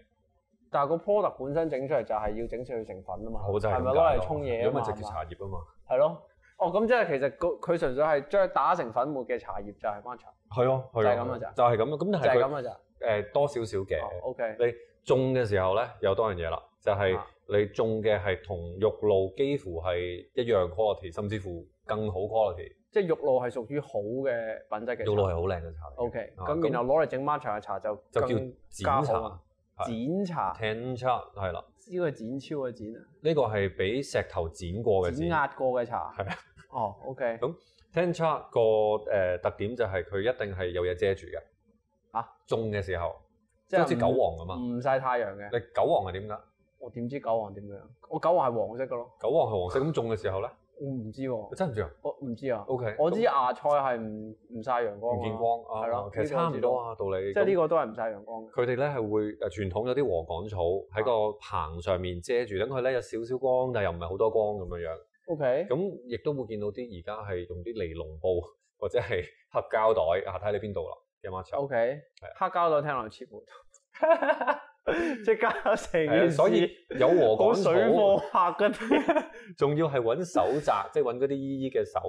[SPEAKER 3] 但係個 product 本身整出嚟就係要整出去成粉啊嘛，
[SPEAKER 2] 好就係
[SPEAKER 3] 係
[SPEAKER 2] 咁
[SPEAKER 3] 咪
[SPEAKER 2] 解
[SPEAKER 3] 攞嚟
[SPEAKER 2] 咯
[SPEAKER 3] 沖嘢
[SPEAKER 2] 如
[SPEAKER 3] 啊
[SPEAKER 2] 果
[SPEAKER 3] 嘛
[SPEAKER 2] 咪直接
[SPEAKER 3] 係嘛？
[SPEAKER 2] 茶葉啊嘛。
[SPEAKER 3] 係咯。哦，咁即係其實個佢純粹係將打成粉末嘅茶葉就係抹茶，
[SPEAKER 2] 係啊，係啊，
[SPEAKER 3] 就係咁啊咋
[SPEAKER 2] 就係咁啊。咁但
[SPEAKER 3] 就係
[SPEAKER 2] 係
[SPEAKER 3] 咁哦
[SPEAKER 2] 佢
[SPEAKER 3] 嘅咋。
[SPEAKER 2] 誒多少少嘅。
[SPEAKER 3] O K，
[SPEAKER 2] 你種嘅時候咧，有多樣嘢啦，就係、
[SPEAKER 3] 啊
[SPEAKER 2] 你中嘅係同玉露幾乎係一樣 quality，甚至乎更好 quality。
[SPEAKER 3] 即係玉露係屬於好嘅品質嘅茶。
[SPEAKER 2] 玉露係好靚嘅茶嚟嘅。
[SPEAKER 3] O K，
[SPEAKER 2] 啊
[SPEAKER 3] 咁然後攞嚟整抹茶嘅茶就
[SPEAKER 2] 就叫
[SPEAKER 3] 更加
[SPEAKER 2] 剪
[SPEAKER 3] 好啊
[SPEAKER 2] 茶。係
[SPEAKER 3] 剪茶，
[SPEAKER 2] ，ten c h a 係啦，
[SPEAKER 3] 呢個係剪超嘅剪啊，
[SPEAKER 2] 呢個係俾石頭剪過嘅
[SPEAKER 3] 剪
[SPEAKER 2] 剪。
[SPEAKER 3] 壓過嘅茶。
[SPEAKER 2] 係啊。
[SPEAKER 3] 哦，O K，
[SPEAKER 2] ten c h a 個誒特點就係佢一定係有嘢遮住嘅。
[SPEAKER 3] 啊，
[SPEAKER 2] 種嘅時候，
[SPEAKER 3] 即係
[SPEAKER 2] 好似
[SPEAKER 3] 唔嗯
[SPEAKER 2] 韭黃咁啊
[SPEAKER 3] 唔曬太陽嘅。
[SPEAKER 2] 你韭黃係點㗎？
[SPEAKER 3] 我點知韭黃點樣？我韭黃係黃色嘅咯，
[SPEAKER 2] 韭黃係黃色咁種嘅時候咧，
[SPEAKER 3] 我唔知
[SPEAKER 2] 我
[SPEAKER 3] 喎，
[SPEAKER 2] 真係唔知啊。
[SPEAKER 3] 我唔知 啊。
[SPEAKER 2] O K，
[SPEAKER 3] 我知芽菜係唔唔曬陽光
[SPEAKER 2] 唔
[SPEAKER 3] 啊
[SPEAKER 2] 見，光
[SPEAKER 3] 係
[SPEAKER 2] 啊
[SPEAKER 3] 咯，
[SPEAKER 2] 其實
[SPEAKER 3] 呢個
[SPEAKER 2] 差
[SPEAKER 3] 我
[SPEAKER 2] 唔
[SPEAKER 3] 知道
[SPEAKER 2] 多啊，道理。
[SPEAKER 3] 即係呢個都係唔曬陽光嘅。
[SPEAKER 2] 佢哋咧係會呃誒傳統有啲禾稈草喺
[SPEAKER 3] 啊
[SPEAKER 2] 個棚上面遮住，等佢咧有少少光，但又唔係好多光咁樣樣。
[SPEAKER 3] O K，
[SPEAKER 2] 咁亦都會見到啲而家係用啲尼龍布或者係黑膠袋啊，睇你邊度啦嘅抹茶。
[SPEAKER 3] O K，
[SPEAKER 2] 係啊
[SPEAKER 3] 黑膠袋聽落似乎 即刻成
[SPEAKER 2] 係啊
[SPEAKER 3] 件
[SPEAKER 2] 所以
[SPEAKER 3] 事
[SPEAKER 2] 有禾
[SPEAKER 3] 好水貨
[SPEAKER 2] 稈草，
[SPEAKER 3] 客嗰 啲。
[SPEAKER 2] 仲要係揾手摘，即係揾嗰啲姨姨嘅手，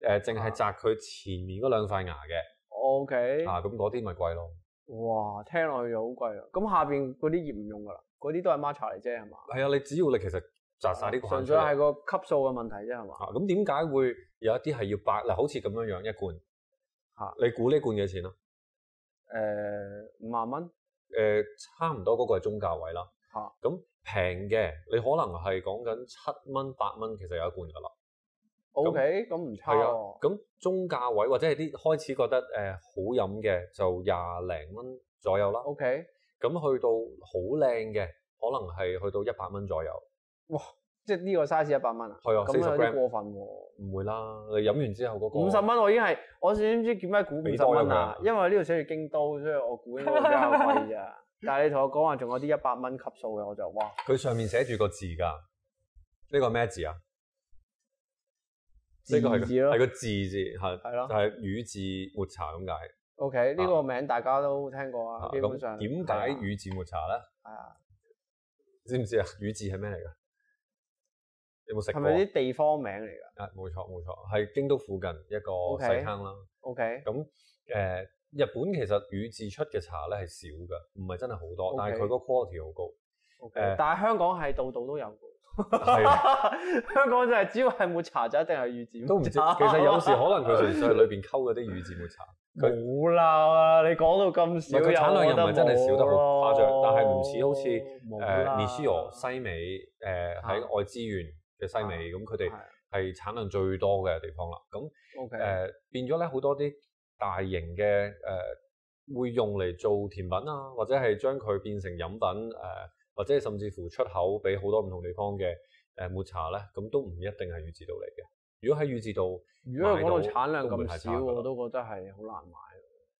[SPEAKER 2] 誒淨係摘佢前面嗰兩塊牙嘅，
[SPEAKER 3] O K，
[SPEAKER 2] 啊咁嗰啲咪貴咯。
[SPEAKER 3] 哇，聽落去就好貴啦。咁下邊嗰啲葉唔用噶啦，嗰啲都係抹茶嚟啫，係嘛？
[SPEAKER 2] 係啊，你只要你其實摘晒啲
[SPEAKER 3] 純
[SPEAKER 2] 菌出
[SPEAKER 3] 粹係
[SPEAKER 2] 嚟。
[SPEAKER 3] 個級數嘅問題啫，係嘛？
[SPEAKER 2] 啊，咁點解會有一啲係要八嗱？好似咁樣樣一罐，
[SPEAKER 3] 啊
[SPEAKER 2] 你估呢罐幾錢啊？
[SPEAKER 3] 誒五萬蚊
[SPEAKER 2] 誒、差唔多嗰個係中價位啦。
[SPEAKER 3] 嚇
[SPEAKER 2] 咁平嘅，你可能係講緊七蚊八蚊，其實有一罐㗎啦。
[SPEAKER 3] ，O K，咁唔差
[SPEAKER 2] 係啊
[SPEAKER 3] 喎，。
[SPEAKER 2] 咁中價位或者係啲開始覺得誒、呃好飲嘅，就廿零蚊左右啦。
[SPEAKER 3] O K，
[SPEAKER 2] 咁去到好靚嘅，可能係去到一百蚊左右。
[SPEAKER 3] 即係呢個 size 一百蚊啊，
[SPEAKER 2] 係啊
[SPEAKER 3] 咁
[SPEAKER 2] 40
[SPEAKER 3] 有啲
[SPEAKER 2] gram 哦
[SPEAKER 3] 過分喎。
[SPEAKER 2] 唔會啦，你飲完之後嗰、個
[SPEAKER 3] 五十蚊我已經係，我先知叫咩估五
[SPEAKER 2] 俾
[SPEAKER 3] 十
[SPEAKER 2] 多
[SPEAKER 3] 蚊
[SPEAKER 2] 咗
[SPEAKER 3] 啊，
[SPEAKER 2] 佢
[SPEAKER 3] 因為呢度寫住京都，所以我估應該會比較貴 咋。但係你同我講話仲有啲一百蚊級數嘅，我就哇
[SPEAKER 2] 佢上面寫住個字㗎。呢個咩字啊？呢個係個
[SPEAKER 3] 字咯
[SPEAKER 2] 係個字字，係
[SPEAKER 3] 係咯
[SPEAKER 2] 就係乳字抹茶咁解。
[SPEAKER 3] ，OK 呢個名大家都聽過
[SPEAKER 2] 啊
[SPEAKER 3] 啊，基本上啊
[SPEAKER 2] 咁點解乳字抹茶咧？
[SPEAKER 3] 係啊？
[SPEAKER 2] 知唔知啊？乳字係咩嚟㗎？有冇
[SPEAKER 3] 係
[SPEAKER 2] 食過？
[SPEAKER 3] 咪啲地方名嚟㗎
[SPEAKER 2] 啊，冇錯冇錯，係京都附近一個
[SPEAKER 3] OK
[SPEAKER 2] 細坑啦。
[SPEAKER 3] ？OK
[SPEAKER 2] 咁誒、呃日本其實乳字出嘅茶咧係少㗎，唔係真係好多
[SPEAKER 3] OK
[SPEAKER 2] 但係佢個 quality 好高。
[SPEAKER 3] OK，
[SPEAKER 2] 誒
[SPEAKER 3] 但係香港係度度都有㗎。
[SPEAKER 2] 係啊
[SPEAKER 3] 香港就係只要係抹茶就一定係預展，
[SPEAKER 2] 都唔知，其實有時可能佢純粹係裏邊溝嗰啲乳字抹茶，佢
[SPEAKER 3] 冇啦。你講到咁少，
[SPEAKER 2] 唔係佢產量又唔係真係少得好誇張但係唔似好似
[SPEAKER 3] 誒
[SPEAKER 2] 誒 n i s i o 西美誒喺
[SPEAKER 3] 啊
[SPEAKER 2] 愛知縣嘅西美，咁佢哋
[SPEAKER 3] 係
[SPEAKER 2] 係產量最多嘅地方啦。咁
[SPEAKER 3] O
[SPEAKER 2] 誒、
[SPEAKER 3] K
[SPEAKER 2] 呃變咗咧好多啲大型嘅誒、會用嚟做甜品啊，或者係將佢變成飲品誒、或者甚至乎出口俾好多唔同地方嘅誒、呃抹茶咧，咁都唔一定係預知到嚟嘅。如果喺預知到，
[SPEAKER 3] 如果佢講到產量
[SPEAKER 2] 買到都唔
[SPEAKER 3] 咁
[SPEAKER 2] 係
[SPEAKER 3] 少，
[SPEAKER 2] 差㗎啦
[SPEAKER 3] 我都覺得係好難買。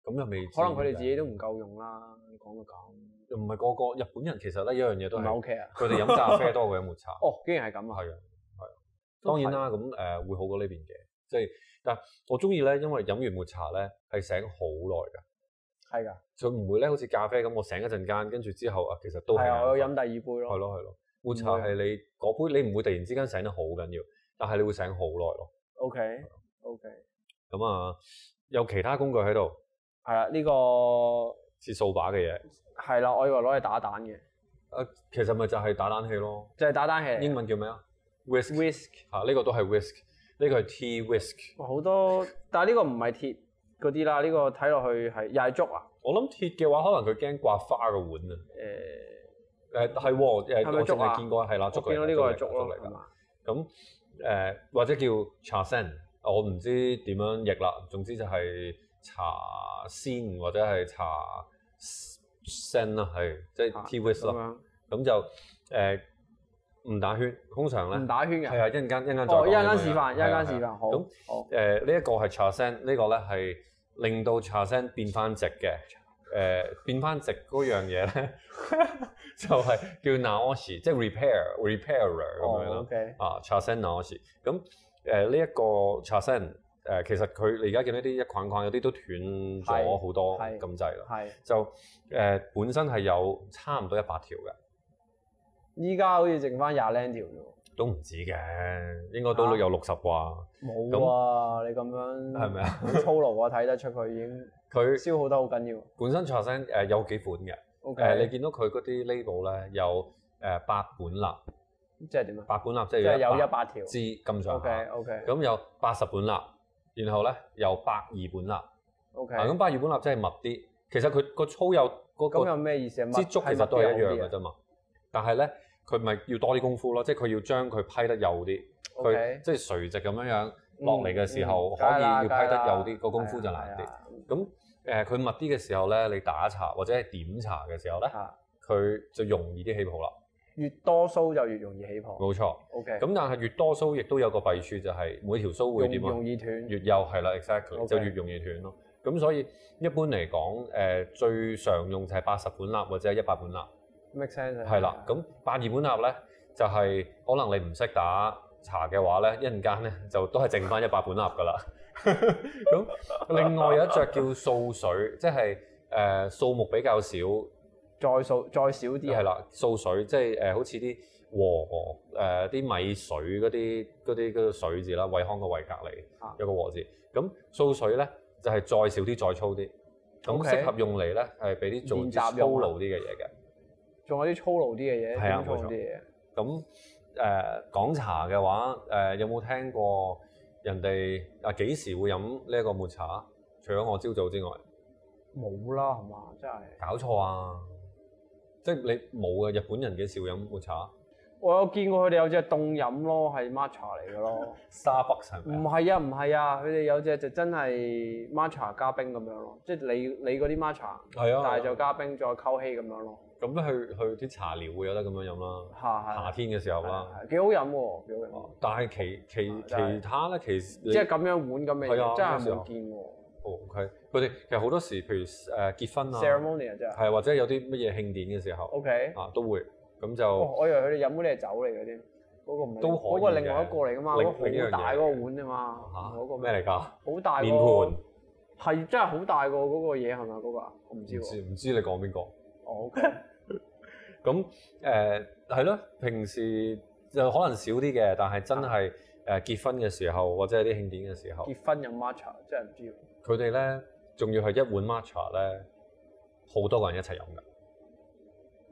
[SPEAKER 2] 咁又未
[SPEAKER 3] 可能佢哋自己都唔夠用啦。講到咁，
[SPEAKER 2] 唔係個個日本人其實咧一樣嘢都
[SPEAKER 3] 唔係
[SPEAKER 2] 係
[SPEAKER 3] OK 啊？
[SPEAKER 2] 佢 哋飲咖啡多過飲抹茶。
[SPEAKER 3] 哦，竟然係咁啊！
[SPEAKER 2] 係啊，係啊。當然啦，咁誒、會好過呢邊嘅，即係但係我中意咧，因為飲完抹茶咧係醒好耐㗎，
[SPEAKER 3] 係㗎，
[SPEAKER 2] 佢唔會咧好似咖啡咁，我醒一陣間，跟住之後啊，其實都係
[SPEAKER 3] 係啊，我有
[SPEAKER 2] 眼
[SPEAKER 3] 飲
[SPEAKER 2] 瞓
[SPEAKER 3] 第二杯咯。
[SPEAKER 2] 係咯係咯，抹茶係你嗰杯，你唔會突然之間醒得好緊要，但係你會醒好耐咯。
[SPEAKER 3] o k O K，
[SPEAKER 2] 咁啊，有其他工具喺度，
[SPEAKER 3] 係啦，呢個
[SPEAKER 2] 似掃把嘅嘢，
[SPEAKER 3] 係啦，我以為攞嚟打蛋嘅，
[SPEAKER 2] 誒、其實咪就係打蛋器咯，
[SPEAKER 3] 就係打蛋器嚟嘅。
[SPEAKER 2] 英文叫咩啊？whisk
[SPEAKER 3] whisk。
[SPEAKER 2] 嚇，呢個都係 whisk，呢個係 tea whisk。
[SPEAKER 3] 哇好多，但係呢個唔係鐵嗰啲啦，呢、個睇落去係又係竹啊，
[SPEAKER 2] 我諗鐵嘅話，可能佢驚刮花個碗啊。
[SPEAKER 3] 誒、
[SPEAKER 2] 誒係喎，誒
[SPEAKER 3] 係咪
[SPEAKER 2] 我
[SPEAKER 3] 竹
[SPEAKER 2] 淨
[SPEAKER 3] 啊
[SPEAKER 2] 係見過係啦，竹
[SPEAKER 3] 我見到呢個係竹咯，
[SPEAKER 2] 嚟
[SPEAKER 3] 係
[SPEAKER 2] 㗎。
[SPEAKER 3] 嘛？
[SPEAKER 2] 咁誒或者叫茶sen，我唔知點樣譯啦。總之就係茶仙或者係茶 sen 啦，係即係
[SPEAKER 3] 啊
[SPEAKER 2] tea whisk
[SPEAKER 3] 咁
[SPEAKER 2] 啦。
[SPEAKER 3] 樣
[SPEAKER 2] 咁就誒唔打圈，通常
[SPEAKER 3] 唔
[SPEAKER 2] 咧
[SPEAKER 3] 打圈
[SPEAKER 2] 係
[SPEAKER 3] 嘅，
[SPEAKER 2] 啊，一陣間一陣間再
[SPEAKER 3] 哦，
[SPEAKER 2] 講
[SPEAKER 3] 一
[SPEAKER 2] 呢
[SPEAKER 3] 陣間
[SPEAKER 2] 個嘢
[SPEAKER 3] 示範，一陣間
[SPEAKER 2] 係啊係啊
[SPEAKER 3] 示範，好，哦
[SPEAKER 2] 咁
[SPEAKER 3] 好，
[SPEAKER 2] 誒呢一個係茶聲，呢個咧係令到茶聲變翻直嘅。誒、變翻直嗰樣嘢 咧，就係叫 naoshi，即係 repair repairer 咁樣
[SPEAKER 3] 哦
[SPEAKER 2] 啦。
[SPEAKER 3] ，OK，
[SPEAKER 2] 啊，茶聲 naoshi。咁誒呢一個茶聲誒，其實佢你而家見到啲一捆捆有啲都斷咗好多
[SPEAKER 3] 係
[SPEAKER 2] 咁滯啦。
[SPEAKER 3] 係，
[SPEAKER 2] 就誒、本身係有差唔多一百條嘅，
[SPEAKER 3] 依家好似剩翻廿零條啫喎，
[SPEAKER 2] 都唔止嘅，應該
[SPEAKER 3] 啊
[SPEAKER 2] 都有六十啩，
[SPEAKER 3] 冇啊，你咁樣
[SPEAKER 2] 係咪啊？
[SPEAKER 3] 好操勞啊，睇得出佢已 經
[SPEAKER 2] 佢
[SPEAKER 3] 消耗得好緊要
[SPEAKER 2] 呃本身茶聲誒有幾款嘅。誒、呃
[SPEAKER 3] ，OK，
[SPEAKER 2] 啊你見到佢嗰啲 label 咧，有誒、誒八本立，
[SPEAKER 3] 即係點啊？
[SPEAKER 2] 八本立即
[SPEAKER 3] 即
[SPEAKER 2] 係
[SPEAKER 3] 係
[SPEAKER 2] 要
[SPEAKER 3] 有一
[SPEAKER 2] 百
[SPEAKER 3] 百條。
[SPEAKER 2] 支咁上
[SPEAKER 3] OK
[SPEAKER 2] 下。
[SPEAKER 3] OK
[SPEAKER 2] 咁有八十本立，然後咧有百二本立。啊，
[SPEAKER 3] OK。
[SPEAKER 2] 咁百二本立真係密啲。其實佢個粗有嗰
[SPEAKER 3] 咁有
[SPEAKER 2] 個
[SPEAKER 3] 咩意思啊？
[SPEAKER 2] 支竹其
[SPEAKER 3] 係
[SPEAKER 2] 實
[SPEAKER 3] 咪
[SPEAKER 2] 都係一
[SPEAKER 3] 有
[SPEAKER 2] 樣
[SPEAKER 3] 啲
[SPEAKER 2] 嘅
[SPEAKER 3] 啊
[SPEAKER 2] 啫嘛。但係咧，佢咪要多啲功夫咯，即係佢要將佢批得幼啲，佢
[SPEAKER 3] OK
[SPEAKER 2] 即係垂直咁樣樣
[SPEAKER 3] 嗯
[SPEAKER 2] 落嚟嘅時
[SPEAKER 3] 嗯
[SPEAKER 2] 候，可
[SPEAKER 3] 梗
[SPEAKER 2] 以
[SPEAKER 3] 係
[SPEAKER 2] 要
[SPEAKER 3] 啦
[SPEAKER 2] 批
[SPEAKER 3] 梗係
[SPEAKER 2] 得
[SPEAKER 3] 啦
[SPEAKER 2] 幼啲，個功夫就難
[SPEAKER 3] 係
[SPEAKER 2] 啲。
[SPEAKER 3] 啊
[SPEAKER 2] 咁誒佢密啲嘅時候咧，你打茶或者係點茶嘅時候咧
[SPEAKER 3] 係，啊
[SPEAKER 2] 佢就容易啲起泡啦。
[SPEAKER 3] 越多須就越容易起泡。
[SPEAKER 2] 冇錯。
[SPEAKER 3] OK。
[SPEAKER 2] 咁但係越多須亦都有個弊處，就係每條須會
[SPEAKER 3] 容
[SPEAKER 2] 點啊？
[SPEAKER 3] 容易斷。
[SPEAKER 2] 越幼係啦，exactly
[SPEAKER 3] OK
[SPEAKER 2] 就越容易斷咯。咁所以一般嚟講，誒、最常用就係八十本蠟或者一百本蠟，
[SPEAKER 3] make sense 啊
[SPEAKER 2] 係啦。咁八二本蠟咧，就係、可能你唔識打茶嘅話咧，一陣間咧就都係剩翻一百本蠟噶啦。 咁另外有一隻叫素水，即係誒、數目比較少，
[SPEAKER 3] 再數再少啲啊
[SPEAKER 2] 係啦，素水即係誒、好似啲和誒啲、米水嗰啲嗰啲嗰個水字啦，惠康個惠隔離
[SPEAKER 3] 啊
[SPEAKER 2] 有個和字。咁素水咧就係、再少啲，再粗啲。咁
[SPEAKER 3] OK
[SPEAKER 2] 適合用嚟咧係俾啲做
[SPEAKER 3] 練
[SPEAKER 2] 啲
[SPEAKER 3] 習用
[SPEAKER 2] 粗
[SPEAKER 3] 啊
[SPEAKER 2] 魯啲嘅嘢嘅。
[SPEAKER 3] 仲有啲粗魯啲嘅嘢，
[SPEAKER 2] 係啊
[SPEAKER 3] 短粗
[SPEAKER 2] 冇錯
[SPEAKER 3] 啲嘅嘢。
[SPEAKER 2] 咁誒、呃講茶嘅話，誒、有冇聽過人哋啊幾時會飲呢一個抹茶？除咗我朝早之外，
[SPEAKER 3] 冇啦，係嘛？真係。
[SPEAKER 2] 搞錯啊！即係你冇嘅，日本人幾時會飲抹茶？
[SPEAKER 3] 我有見過佢哋有隻凍飲咯，係 matcha 嚟嘅 咯。
[SPEAKER 2] 沙北係
[SPEAKER 3] 唔
[SPEAKER 2] 咪啊？
[SPEAKER 3] 係啊，唔係啊，佢哋有隻就真係 matcha 加冰咁樣咯，即係你你嗰啲 matcha，
[SPEAKER 2] 係啊
[SPEAKER 3] 但係就加冰再溝稀咁樣咯。
[SPEAKER 2] 咁去去啲茶寮會有得咁樣飲啦，
[SPEAKER 3] 嚇係
[SPEAKER 2] 夏天嘅時候
[SPEAKER 3] 係
[SPEAKER 2] 啦。哦
[SPEAKER 3] 係幾好飲喎，幾好飲。
[SPEAKER 2] 但係其其
[SPEAKER 3] 但係
[SPEAKER 2] 其他咧，其實你
[SPEAKER 3] 即係咁樣碗咁嘅
[SPEAKER 2] 係啊
[SPEAKER 3] 嘢，真
[SPEAKER 2] 嗰時
[SPEAKER 3] 係
[SPEAKER 2] 候
[SPEAKER 3] 冇見喎。
[SPEAKER 2] 哦，OK，佢哋其實好多時，譬如誒結婚啊，
[SPEAKER 3] ceremony 啊，真係。
[SPEAKER 2] 係或者有啲乜嘢慶典嘅時候
[SPEAKER 3] OK。
[SPEAKER 2] 啊，都會咁
[SPEAKER 3] 哦，
[SPEAKER 2] 就
[SPEAKER 3] 我以為佢哋飲嗰啲係酒嚟嘅添，嗰個唔係。
[SPEAKER 2] 都可以
[SPEAKER 3] 嗰個另外一個嚟㗎嘛，
[SPEAKER 2] 嘅
[SPEAKER 3] 嗰個
[SPEAKER 2] 另
[SPEAKER 3] 好大
[SPEAKER 2] 另一樣嘢
[SPEAKER 3] 嗰個碗啫嘛。
[SPEAKER 2] 嚇
[SPEAKER 3] 嗰個
[SPEAKER 2] 啊咩嚟㗎？
[SPEAKER 3] 好大個
[SPEAKER 2] 面盤
[SPEAKER 3] 係真係好大個嗰個嘢係咪嗰個啊？我唔知
[SPEAKER 2] 唔知
[SPEAKER 3] 喎。
[SPEAKER 2] 唔知你講邊個？
[SPEAKER 3] 哦，OK。
[SPEAKER 2] 咁誒係咯，平時就可能少啲嘅，但係真係誒結婚嘅時候，或者係啲慶典嘅時候，
[SPEAKER 3] 啊結婚飲 matcha 真係唔知喎。
[SPEAKER 2] 佢哋咧仲要係一碗 matcha 咧，好多個人一齊飲㗎。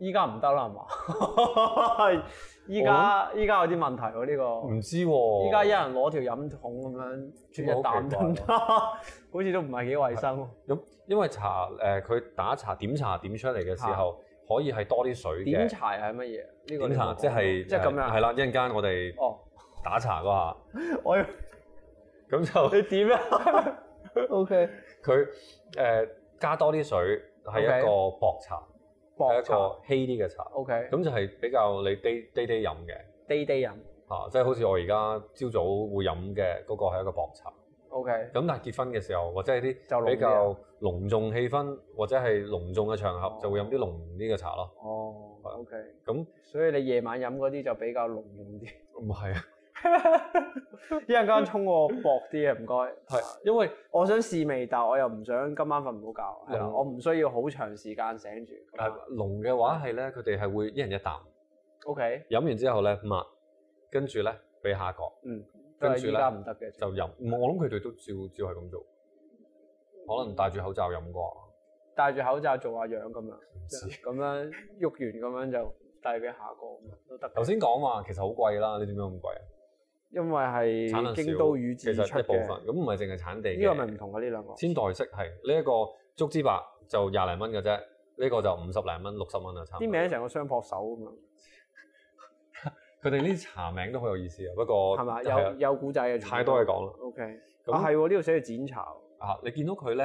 [SPEAKER 3] 依家唔得啦係 嘛？依家依家有啲問題喎呢個。
[SPEAKER 2] 唔知喎，
[SPEAKER 3] 依家一人攞條飲筒咁樣啜一啖得唔得？ 好似都唔係幾衞生喎。
[SPEAKER 2] 咁因為茶誒佢、打茶點茶點出嚟嘅時候，可以係多啲水嘅。
[SPEAKER 3] 啊點茶係乜嘢？呢個
[SPEAKER 2] 點
[SPEAKER 3] 你
[SPEAKER 2] 茶
[SPEAKER 3] 冇講
[SPEAKER 2] 即係
[SPEAKER 3] 即係咁
[SPEAKER 2] 誒係
[SPEAKER 3] 樣。
[SPEAKER 2] 啦，一陣間我哋
[SPEAKER 3] 哦，
[SPEAKER 2] 打茶嗰
[SPEAKER 3] 我以為
[SPEAKER 2] 下，咁就
[SPEAKER 3] 你點 啊 ？OK，
[SPEAKER 2] 佢誒、加多啲水係一個薄茶，係
[SPEAKER 3] 薄
[SPEAKER 2] 一
[SPEAKER 3] 茶。
[SPEAKER 2] 個稀啲嘅茶，
[SPEAKER 3] OK，
[SPEAKER 2] 咁就係比較你 day day day 飲嘅
[SPEAKER 3] 地地飲。
[SPEAKER 2] 嚇，啊即係好似我而家朝早會飲嘅嗰個係一個薄茶。
[SPEAKER 3] OK，
[SPEAKER 2] 咁但係結婚嘅時候，或者係
[SPEAKER 3] 就濃
[SPEAKER 2] 啲
[SPEAKER 3] 啲啊
[SPEAKER 2] 比較隆重氣氛，或者係隆重嘅場合
[SPEAKER 3] 哦，
[SPEAKER 2] 就會飲啲濃啲嘅茶咯。
[SPEAKER 3] 哦，OK，
[SPEAKER 2] 啊咁
[SPEAKER 3] 所以你夜晚飲嗰啲就比較濃重啲，
[SPEAKER 2] 唔係啊，
[SPEAKER 3] 一陣間沖個薄啲啊嘅唔該。
[SPEAKER 2] 係因為
[SPEAKER 3] 我想試味，但我又唔想今晚瞓唔到覺，係啦，
[SPEAKER 2] 濃
[SPEAKER 3] 我唔需要好長時間醒住。
[SPEAKER 2] 誒濃嘅話係咧，佢哋係會一人一啖，
[SPEAKER 3] OK，
[SPEAKER 2] 飲完之後咧抹，跟住咧俾下一個
[SPEAKER 3] 嗯，都
[SPEAKER 2] 跟
[SPEAKER 3] 係
[SPEAKER 2] 住
[SPEAKER 3] 依家
[SPEAKER 2] 咧
[SPEAKER 3] 唔得嘅。
[SPEAKER 2] 就飲。唔我諗佢哋都照照係咁做，可能戴住口罩飲啩。
[SPEAKER 3] 戴住口罩做下樣咁樣，
[SPEAKER 2] 知
[SPEAKER 3] 咁樣喐完咁樣就遞俾下個咁樣都得嘅。
[SPEAKER 2] 頭先講話其實好貴啦，你點解咁貴啊？
[SPEAKER 3] 因為
[SPEAKER 2] 產量
[SPEAKER 3] 係
[SPEAKER 2] 少
[SPEAKER 3] 京都宇
[SPEAKER 2] 其
[SPEAKER 3] 治出
[SPEAKER 2] 實一部分
[SPEAKER 3] 嘅，
[SPEAKER 2] 咁唔係淨係產地嘅。
[SPEAKER 3] 呢個咪唔同嘅啊呢兩個。
[SPEAKER 2] 千代式係呢一個竹之白就廿零蚊嘅啫，呢、個就五十零蚊、六十蚊啊，差唔多。
[SPEAKER 3] 啲名成個雙撲手咁樣，
[SPEAKER 2] 佢哋呢啲茶名都好有意思啊，不過
[SPEAKER 3] 係咪？
[SPEAKER 2] 係啊
[SPEAKER 3] 有有古仔嘅。
[SPEAKER 2] 太多嘢。講啦。
[SPEAKER 3] O K。
[SPEAKER 2] 咁
[SPEAKER 3] 啊係喎，呢度寫住剪茶喎，
[SPEAKER 2] 啊，你見到佢咧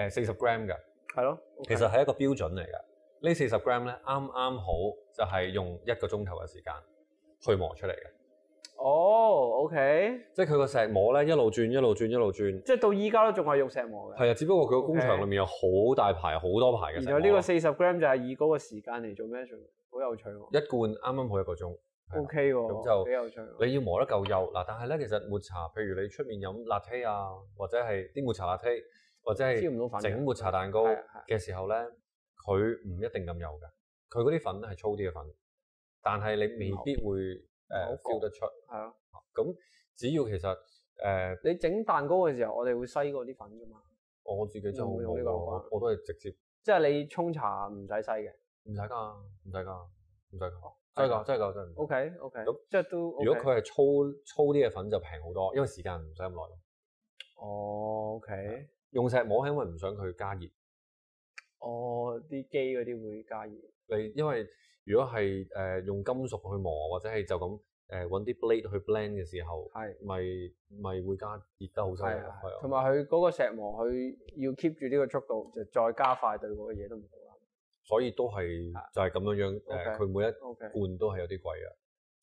[SPEAKER 2] 誒四十 gram 嘅，
[SPEAKER 3] 係咯。
[SPEAKER 2] 其實係一個標準嚟嘅。呢四十 gram 咧啱啱好就係用一個鐘頭嘅時間去磨出嚟嘅，
[SPEAKER 3] 哦，OK，
[SPEAKER 2] 即係佢個石磨咧一路轉一路轉一路轉。
[SPEAKER 3] 即係到依家都仲係用石磨嘅。
[SPEAKER 2] 係啊，只不過佢個工場裏面有好大排好多排嘅
[SPEAKER 3] 然
[SPEAKER 2] 石磨啊
[SPEAKER 3] 後
[SPEAKER 2] 啦。
[SPEAKER 3] 呢個四十 gram 就係以嗰個時間嚟做 measure，好有趣喎。
[SPEAKER 2] 一罐啱啱好一個鐘。係啦
[SPEAKER 3] O K 喎，
[SPEAKER 2] 啊咁就
[SPEAKER 3] 幾有趣喎。
[SPEAKER 2] 你要磨得夠幼嗱，但係咧其實抹茶，譬如你出面飲 latte 啊，或者係啲抹茶 latte，或者
[SPEAKER 3] 黐唔到
[SPEAKER 2] 係
[SPEAKER 3] 粉嘅
[SPEAKER 2] 整抹茶蛋糕
[SPEAKER 3] 係啊係啊
[SPEAKER 2] 嘅時候咧，佢唔一定咁幼嘅，佢嗰啲粉係粗啲嘅粉，但係你未必會誒
[SPEAKER 3] 好
[SPEAKER 2] feel 得出。
[SPEAKER 3] 係啊，
[SPEAKER 2] 咁只要其實誒、呃
[SPEAKER 3] 你整蛋糕嘅時候，我哋會篩嗰啲粉噶嘛，
[SPEAKER 2] 我自己就
[SPEAKER 3] 用
[SPEAKER 2] 冇
[SPEAKER 3] 用呢
[SPEAKER 2] 喎，
[SPEAKER 3] 個
[SPEAKER 2] 我我都係直接
[SPEAKER 3] 即係你沖茶唔使篩嘅。
[SPEAKER 2] 唔使㗎，唔使㗎，唔使
[SPEAKER 3] 哦
[SPEAKER 2] 講，真係㗎，真係㗎，真係唔使講。
[SPEAKER 3] OK OK，
[SPEAKER 2] 咁
[SPEAKER 3] 即係都 OK。
[SPEAKER 2] 如果佢係粗粗啲嘅粉就平好多，因為時間唔使咁耐。
[SPEAKER 3] 哦 OK，
[SPEAKER 2] 用石磨係啊因為唔想佢加熱。
[SPEAKER 3] 哦啲機嗰啲會加熱。
[SPEAKER 2] 你因為如果係誒、呃用金屬去磨，或者係就咁誒揾啲 blade 去 blend 嘅時候，
[SPEAKER 3] 係
[SPEAKER 2] 咪咪會加熱得好犀利
[SPEAKER 3] 係
[SPEAKER 2] 咯，
[SPEAKER 3] 啊，
[SPEAKER 2] 係啊，
[SPEAKER 3] 同埋佢嗰個石磨，佢要 keep 住呢個速度，就再加快對嗰個嘢都唔好啦。
[SPEAKER 2] 所以都係就係咁樣樣誒，呃佢、
[SPEAKER 3] 啊 OK
[SPEAKER 2] 每一
[SPEAKER 3] OK，
[SPEAKER 2] 罐都係有啲貴嘅，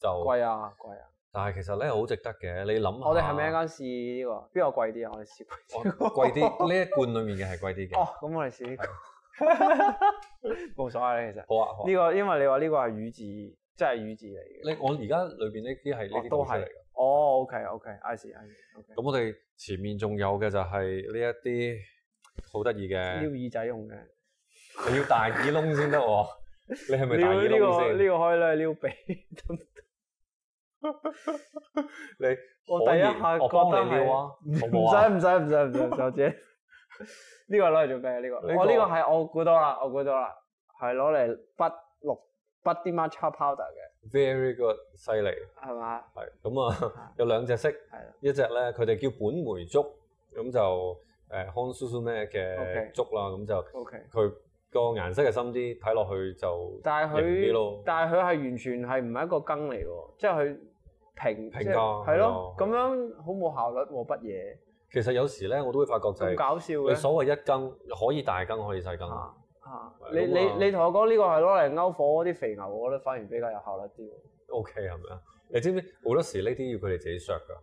[SPEAKER 2] 就
[SPEAKER 3] 貴啊貴啊！
[SPEAKER 2] 但係其實咧好值得嘅，你諗下，
[SPEAKER 3] 我哋係咪一間試呢個？邊個貴啲啊？我哋試
[SPEAKER 2] 我
[SPEAKER 3] 貴啲。
[SPEAKER 2] 貴啲？呢一罐裡面嘅係貴啲嘅，
[SPEAKER 3] 哦，咁我哋試呢 個，冇所謂啦，其實。
[SPEAKER 2] 好啊，好啊
[SPEAKER 3] 呢個因為你話呢個係語字，真係語字嚟嘅。
[SPEAKER 2] 你我而家裏邊呢啲係呢
[SPEAKER 3] 哦
[SPEAKER 2] 啲
[SPEAKER 3] 都
[SPEAKER 2] 倒出
[SPEAKER 3] 係
[SPEAKER 2] 嚟嘅。
[SPEAKER 3] 哦，OK OK，I see I see OK。
[SPEAKER 2] 咁我哋前面仲有嘅就係呢一啲好得意
[SPEAKER 3] 撩
[SPEAKER 2] 嘅，
[SPEAKER 3] 耳仔用嘅，
[SPEAKER 2] 你要大耳窿先得喎。你係咪
[SPEAKER 3] 撩
[SPEAKER 2] 大耳
[SPEAKER 3] 呢
[SPEAKER 2] 窿
[SPEAKER 3] 個
[SPEAKER 2] 先？
[SPEAKER 3] 呢個可以咧撩鼻。
[SPEAKER 2] 你
[SPEAKER 3] 我
[SPEAKER 2] 可
[SPEAKER 3] 第一
[SPEAKER 2] 以
[SPEAKER 3] 下
[SPEAKER 2] 我
[SPEAKER 3] 覺
[SPEAKER 2] 幫
[SPEAKER 3] 得
[SPEAKER 2] 你撩啊，好
[SPEAKER 3] 唔
[SPEAKER 2] 唔好
[SPEAKER 3] 使
[SPEAKER 2] 啊？
[SPEAKER 3] 唔使唔使唔使唔使，我自己 呢個攞嚟做咩啊？呢個
[SPEAKER 2] 呢個
[SPEAKER 3] 我呢個係我估到啦，我估到啦，係攞嚟筆綠筆啲 matcha powder 嘅，
[SPEAKER 2] Very good，犀利，
[SPEAKER 3] 係嘛？
[SPEAKER 2] 係咁啊，有兩隻色
[SPEAKER 3] 啦，
[SPEAKER 2] 一隻咧佢哋叫本梅竹，咁就誒康叔叔咩
[SPEAKER 3] OK
[SPEAKER 2] 嘅竹啦，咁就
[SPEAKER 3] OK
[SPEAKER 2] 佢個顏色係深啲，睇落去就
[SPEAKER 3] 但係
[SPEAKER 2] 型啲
[SPEAKER 3] 佢
[SPEAKER 2] 咯，
[SPEAKER 3] 但係佢係完全係唔係一個羹嚟喎，即係佢平
[SPEAKER 2] 平
[SPEAKER 3] 即係
[SPEAKER 2] 㗎
[SPEAKER 3] 係
[SPEAKER 2] 係
[SPEAKER 3] 咯
[SPEAKER 2] 咯，
[SPEAKER 3] 咁樣好冇效率喎，筆嘢
[SPEAKER 2] 其實有時咧我都會發覺就
[SPEAKER 3] 咁
[SPEAKER 2] 係
[SPEAKER 3] 搞笑
[SPEAKER 2] 你
[SPEAKER 3] 嘅
[SPEAKER 2] 所謂一羹可以大羹可以細羹，
[SPEAKER 3] 啊啊！
[SPEAKER 2] 係
[SPEAKER 3] 你
[SPEAKER 2] 咁啊
[SPEAKER 3] 你你同我講呢個係攞嚟勾火嗰啲肥牛，我覺得反而比較有效率啲喎。
[SPEAKER 2] OK 係咪啊？你知唔知好多時呢啲要佢哋自己削㗎？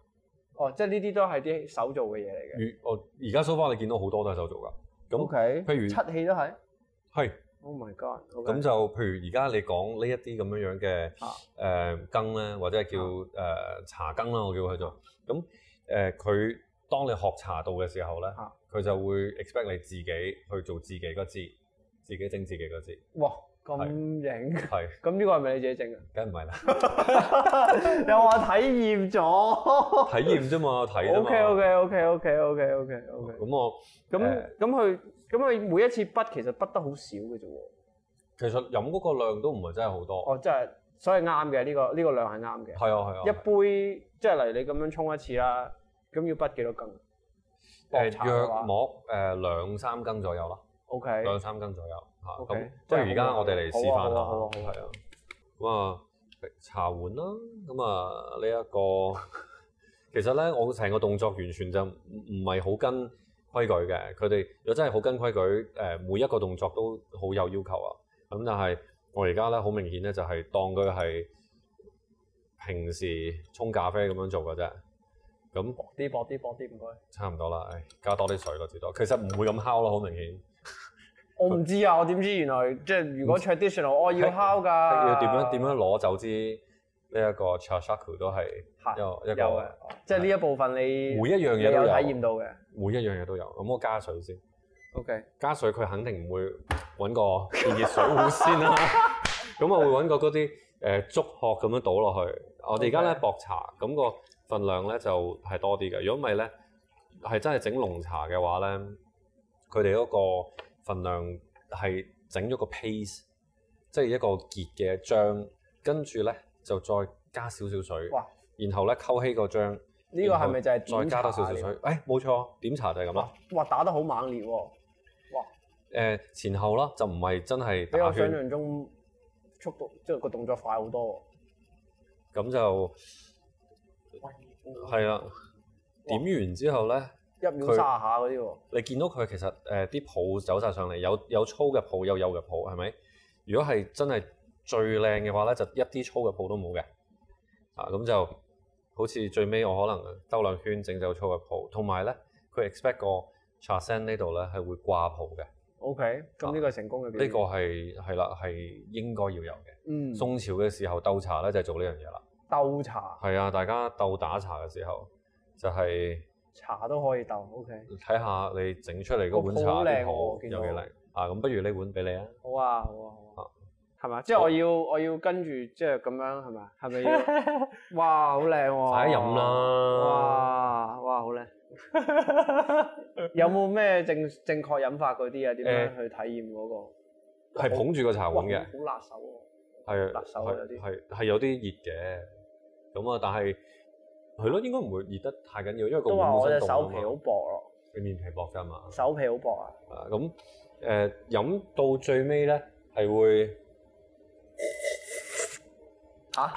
[SPEAKER 3] 哦，即係呢啲都係啲手做嘅嘢嚟嘅。
[SPEAKER 2] 如我而家 so far 你見到好多都係手做㗎。
[SPEAKER 3] O
[SPEAKER 2] 咁
[SPEAKER 3] K，
[SPEAKER 2] 譬如
[SPEAKER 3] 漆器都係。
[SPEAKER 2] 係
[SPEAKER 3] Oh my god！
[SPEAKER 2] 咁就譬如而家你講呢一啲咁樣樣嘅
[SPEAKER 3] 啊
[SPEAKER 2] 誒羹咧，或者係叫誒、呃茶羹啦，我叫佢做。咁誒佢當你學茶道嘅時候咧
[SPEAKER 3] 啊，
[SPEAKER 2] 佢、就會 expect 你自己去做自己個字，自己整自己個字。
[SPEAKER 3] 哇咁型，
[SPEAKER 2] 係，
[SPEAKER 3] 咁呢個係咪你自己整啊？
[SPEAKER 2] 梗唔係啦，
[SPEAKER 3] 又話體驗咗。
[SPEAKER 2] 體驗啫嘛，睇啫
[SPEAKER 3] O
[SPEAKER 2] 嘛。
[SPEAKER 3] K O K O K O K O K O K O K。
[SPEAKER 2] 咁我
[SPEAKER 3] 咁咁佢咁佢每一次筆其實筆得好少嘅啫喎。
[SPEAKER 2] 其實飲嗰個量都唔係真係好多。
[SPEAKER 3] 哦，真係，所以啱嘅呢個呢個量係啱嘅。
[SPEAKER 2] 係啊係啊。
[SPEAKER 3] 一杯即係例如你咁樣沖一次啦，咁要筆幾多羹？薄茶
[SPEAKER 2] 誒
[SPEAKER 3] 嘅話
[SPEAKER 2] 呃約莫誒兩三羹左右啦，
[SPEAKER 3] O
[SPEAKER 2] 兩
[SPEAKER 3] K。
[SPEAKER 2] 三羹左右嚇。
[SPEAKER 3] OK，
[SPEAKER 2] 咁
[SPEAKER 3] 即
[SPEAKER 2] 不
[SPEAKER 3] 係啊
[SPEAKER 2] 如而家我哋嚟示範
[SPEAKER 3] 好啊好啊好啊好
[SPEAKER 2] 下，
[SPEAKER 3] 啊
[SPEAKER 2] 係啊。咁啊，茶碗啦，咁啊呢一個 其實咧，我成個動作完全就唔唔係好跟規矩嘅。佢哋如果真係好跟規矩，誒每一個動作都好有要求啊。咁但係我而家咧好明顯咧，就係當佢係平時沖咖啡咁樣做嘅啫。咁
[SPEAKER 3] 薄啲薄啲薄啲，唔該。
[SPEAKER 2] 差唔多啦，唉，加多啲水咯，至多。其實唔會咁敲咯，好明顯。
[SPEAKER 3] 我唔知啊，我點知原來即係如果 traditional，我要烤㗎。
[SPEAKER 2] 要點樣點樣攞走支呢一個 chashaku 都係
[SPEAKER 3] 係
[SPEAKER 2] 有一
[SPEAKER 3] 有嘅
[SPEAKER 2] 個，
[SPEAKER 3] 即係呢一部分你
[SPEAKER 2] 每一樣嘢
[SPEAKER 3] 你
[SPEAKER 2] 都
[SPEAKER 3] 有
[SPEAKER 2] 有
[SPEAKER 3] 體驗到嘅。
[SPEAKER 2] 每一樣嘢都有。咁我加水先，
[SPEAKER 3] OK，
[SPEAKER 2] 加水佢肯定唔會揾個電熱水壺 先啦。咁我會揾個嗰啲誒竹殼咁樣倒落去。我哋而家咧
[SPEAKER 3] OK
[SPEAKER 2] 薄茶，咁個份量咧就係多啲嘅。如果唔係咧，係真係整濃茶嘅話咧，佢哋嗰個份量係整咗個 paste，即係一個結嘅漿，跟住咧就再加少少水
[SPEAKER 3] 哇，
[SPEAKER 2] 然後咧溝稀個漿。
[SPEAKER 3] 呢個係咪就係
[SPEAKER 2] 然後再
[SPEAKER 3] 點茶
[SPEAKER 2] 加多少少水？誒、冇錯，點茶就係咁啦。
[SPEAKER 3] 哇，打得好猛烈喎，
[SPEAKER 2] 誒、呃前後啦，就唔係真係
[SPEAKER 3] 比
[SPEAKER 2] 打
[SPEAKER 3] 我想
[SPEAKER 2] 圈，
[SPEAKER 3] 象中速度即係個動作快好多
[SPEAKER 2] 咁就
[SPEAKER 3] 喎。
[SPEAKER 2] 係啦。點完之後咧，
[SPEAKER 3] 一秒
[SPEAKER 2] 佢
[SPEAKER 3] 卅下嗰啲喎。
[SPEAKER 2] 你見到佢其實誒啲泡走晒上嚟，有有粗嘅泡，有幼嘅泡，係咪？如果係真係最靚嘅話咧，就一啲粗嘅泡都冇嘅。啊，咁就好似最尾我可能兜兩圈整走粗嘅泡，同埋咧佢 expect 個 c h a s e n 呢度咧係會掛泡嘅，
[SPEAKER 3] OK，咁呢個係成功嘅表
[SPEAKER 2] 啊呢
[SPEAKER 3] 現。
[SPEAKER 2] 個係係啦係應該要有嘅。
[SPEAKER 3] 嗯，
[SPEAKER 2] 宋朝嘅時候鬥茶咧就係做呢樣嘢啦。
[SPEAKER 3] 鬥茶，
[SPEAKER 2] 係啊，大家鬥打茶嘅時候，就係
[SPEAKER 3] 茶都可以鬥。OK，
[SPEAKER 2] 睇下你整出嚟嗰碗茶
[SPEAKER 3] 個泡好靚
[SPEAKER 2] 啲
[SPEAKER 3] 喎
[SPEAKER 2] 泡
[SPEAKER 3] 我
[SPEAKER 2] 有
[SPEAKER 3] 見
[SPEAKER 2] 幾
[SPEAKER 3] 到
[SPEAKER 2] 靚啊！咁不如呢碗俾你啊，
[SPEAKER 3] 好啊，好啊，好啊。係嘛？即係我要我要跟住即係咁樣係咪？係咪 要？哇，好靚喎！
[SPEAKER 2] 快啲飲！啦！
[SPEAKER 3] 哇哇，好靚！ 有冇咩正正確飲法嗰啲啊？點樣去體驗嗰個？
[SPEAKER 2] 係捧住個茶碗嘅，
[SPEAKER 3] 好辣手喎！
[SPEAKER 2] 係
[SPEAKER 3] 辣手啊有啲
[SPEAKER 2] 係係係有啲熱嘅，咁啊，但係係咯，應該唔會熱得太緊要，因為個
[SPEAKER 3] 都話
[SPEAKER 2] 碗
[SPEAKER 3] 我
[SPEAKER 2] 本
[SPEAKER 3] 隻
[SPEAKER 2] 身
[SPEAKER 3] 手
[SPEAKER 2] 凍
[SPEAKER 3] 皮
[SPEAKER 2] 啊
[SPEAKER 3] 好
[SPEAKER 2] 嘛，
[SPEAKER 3] 薄咯，
[SPEAKER 2] 你面皮薄㗎嘛，
[SPEAKER 3] 手皮好薄啊，
[SPEAKER 2] 啊咁誒飲到最尾咧係會
[SPEAKER 3] 嚇，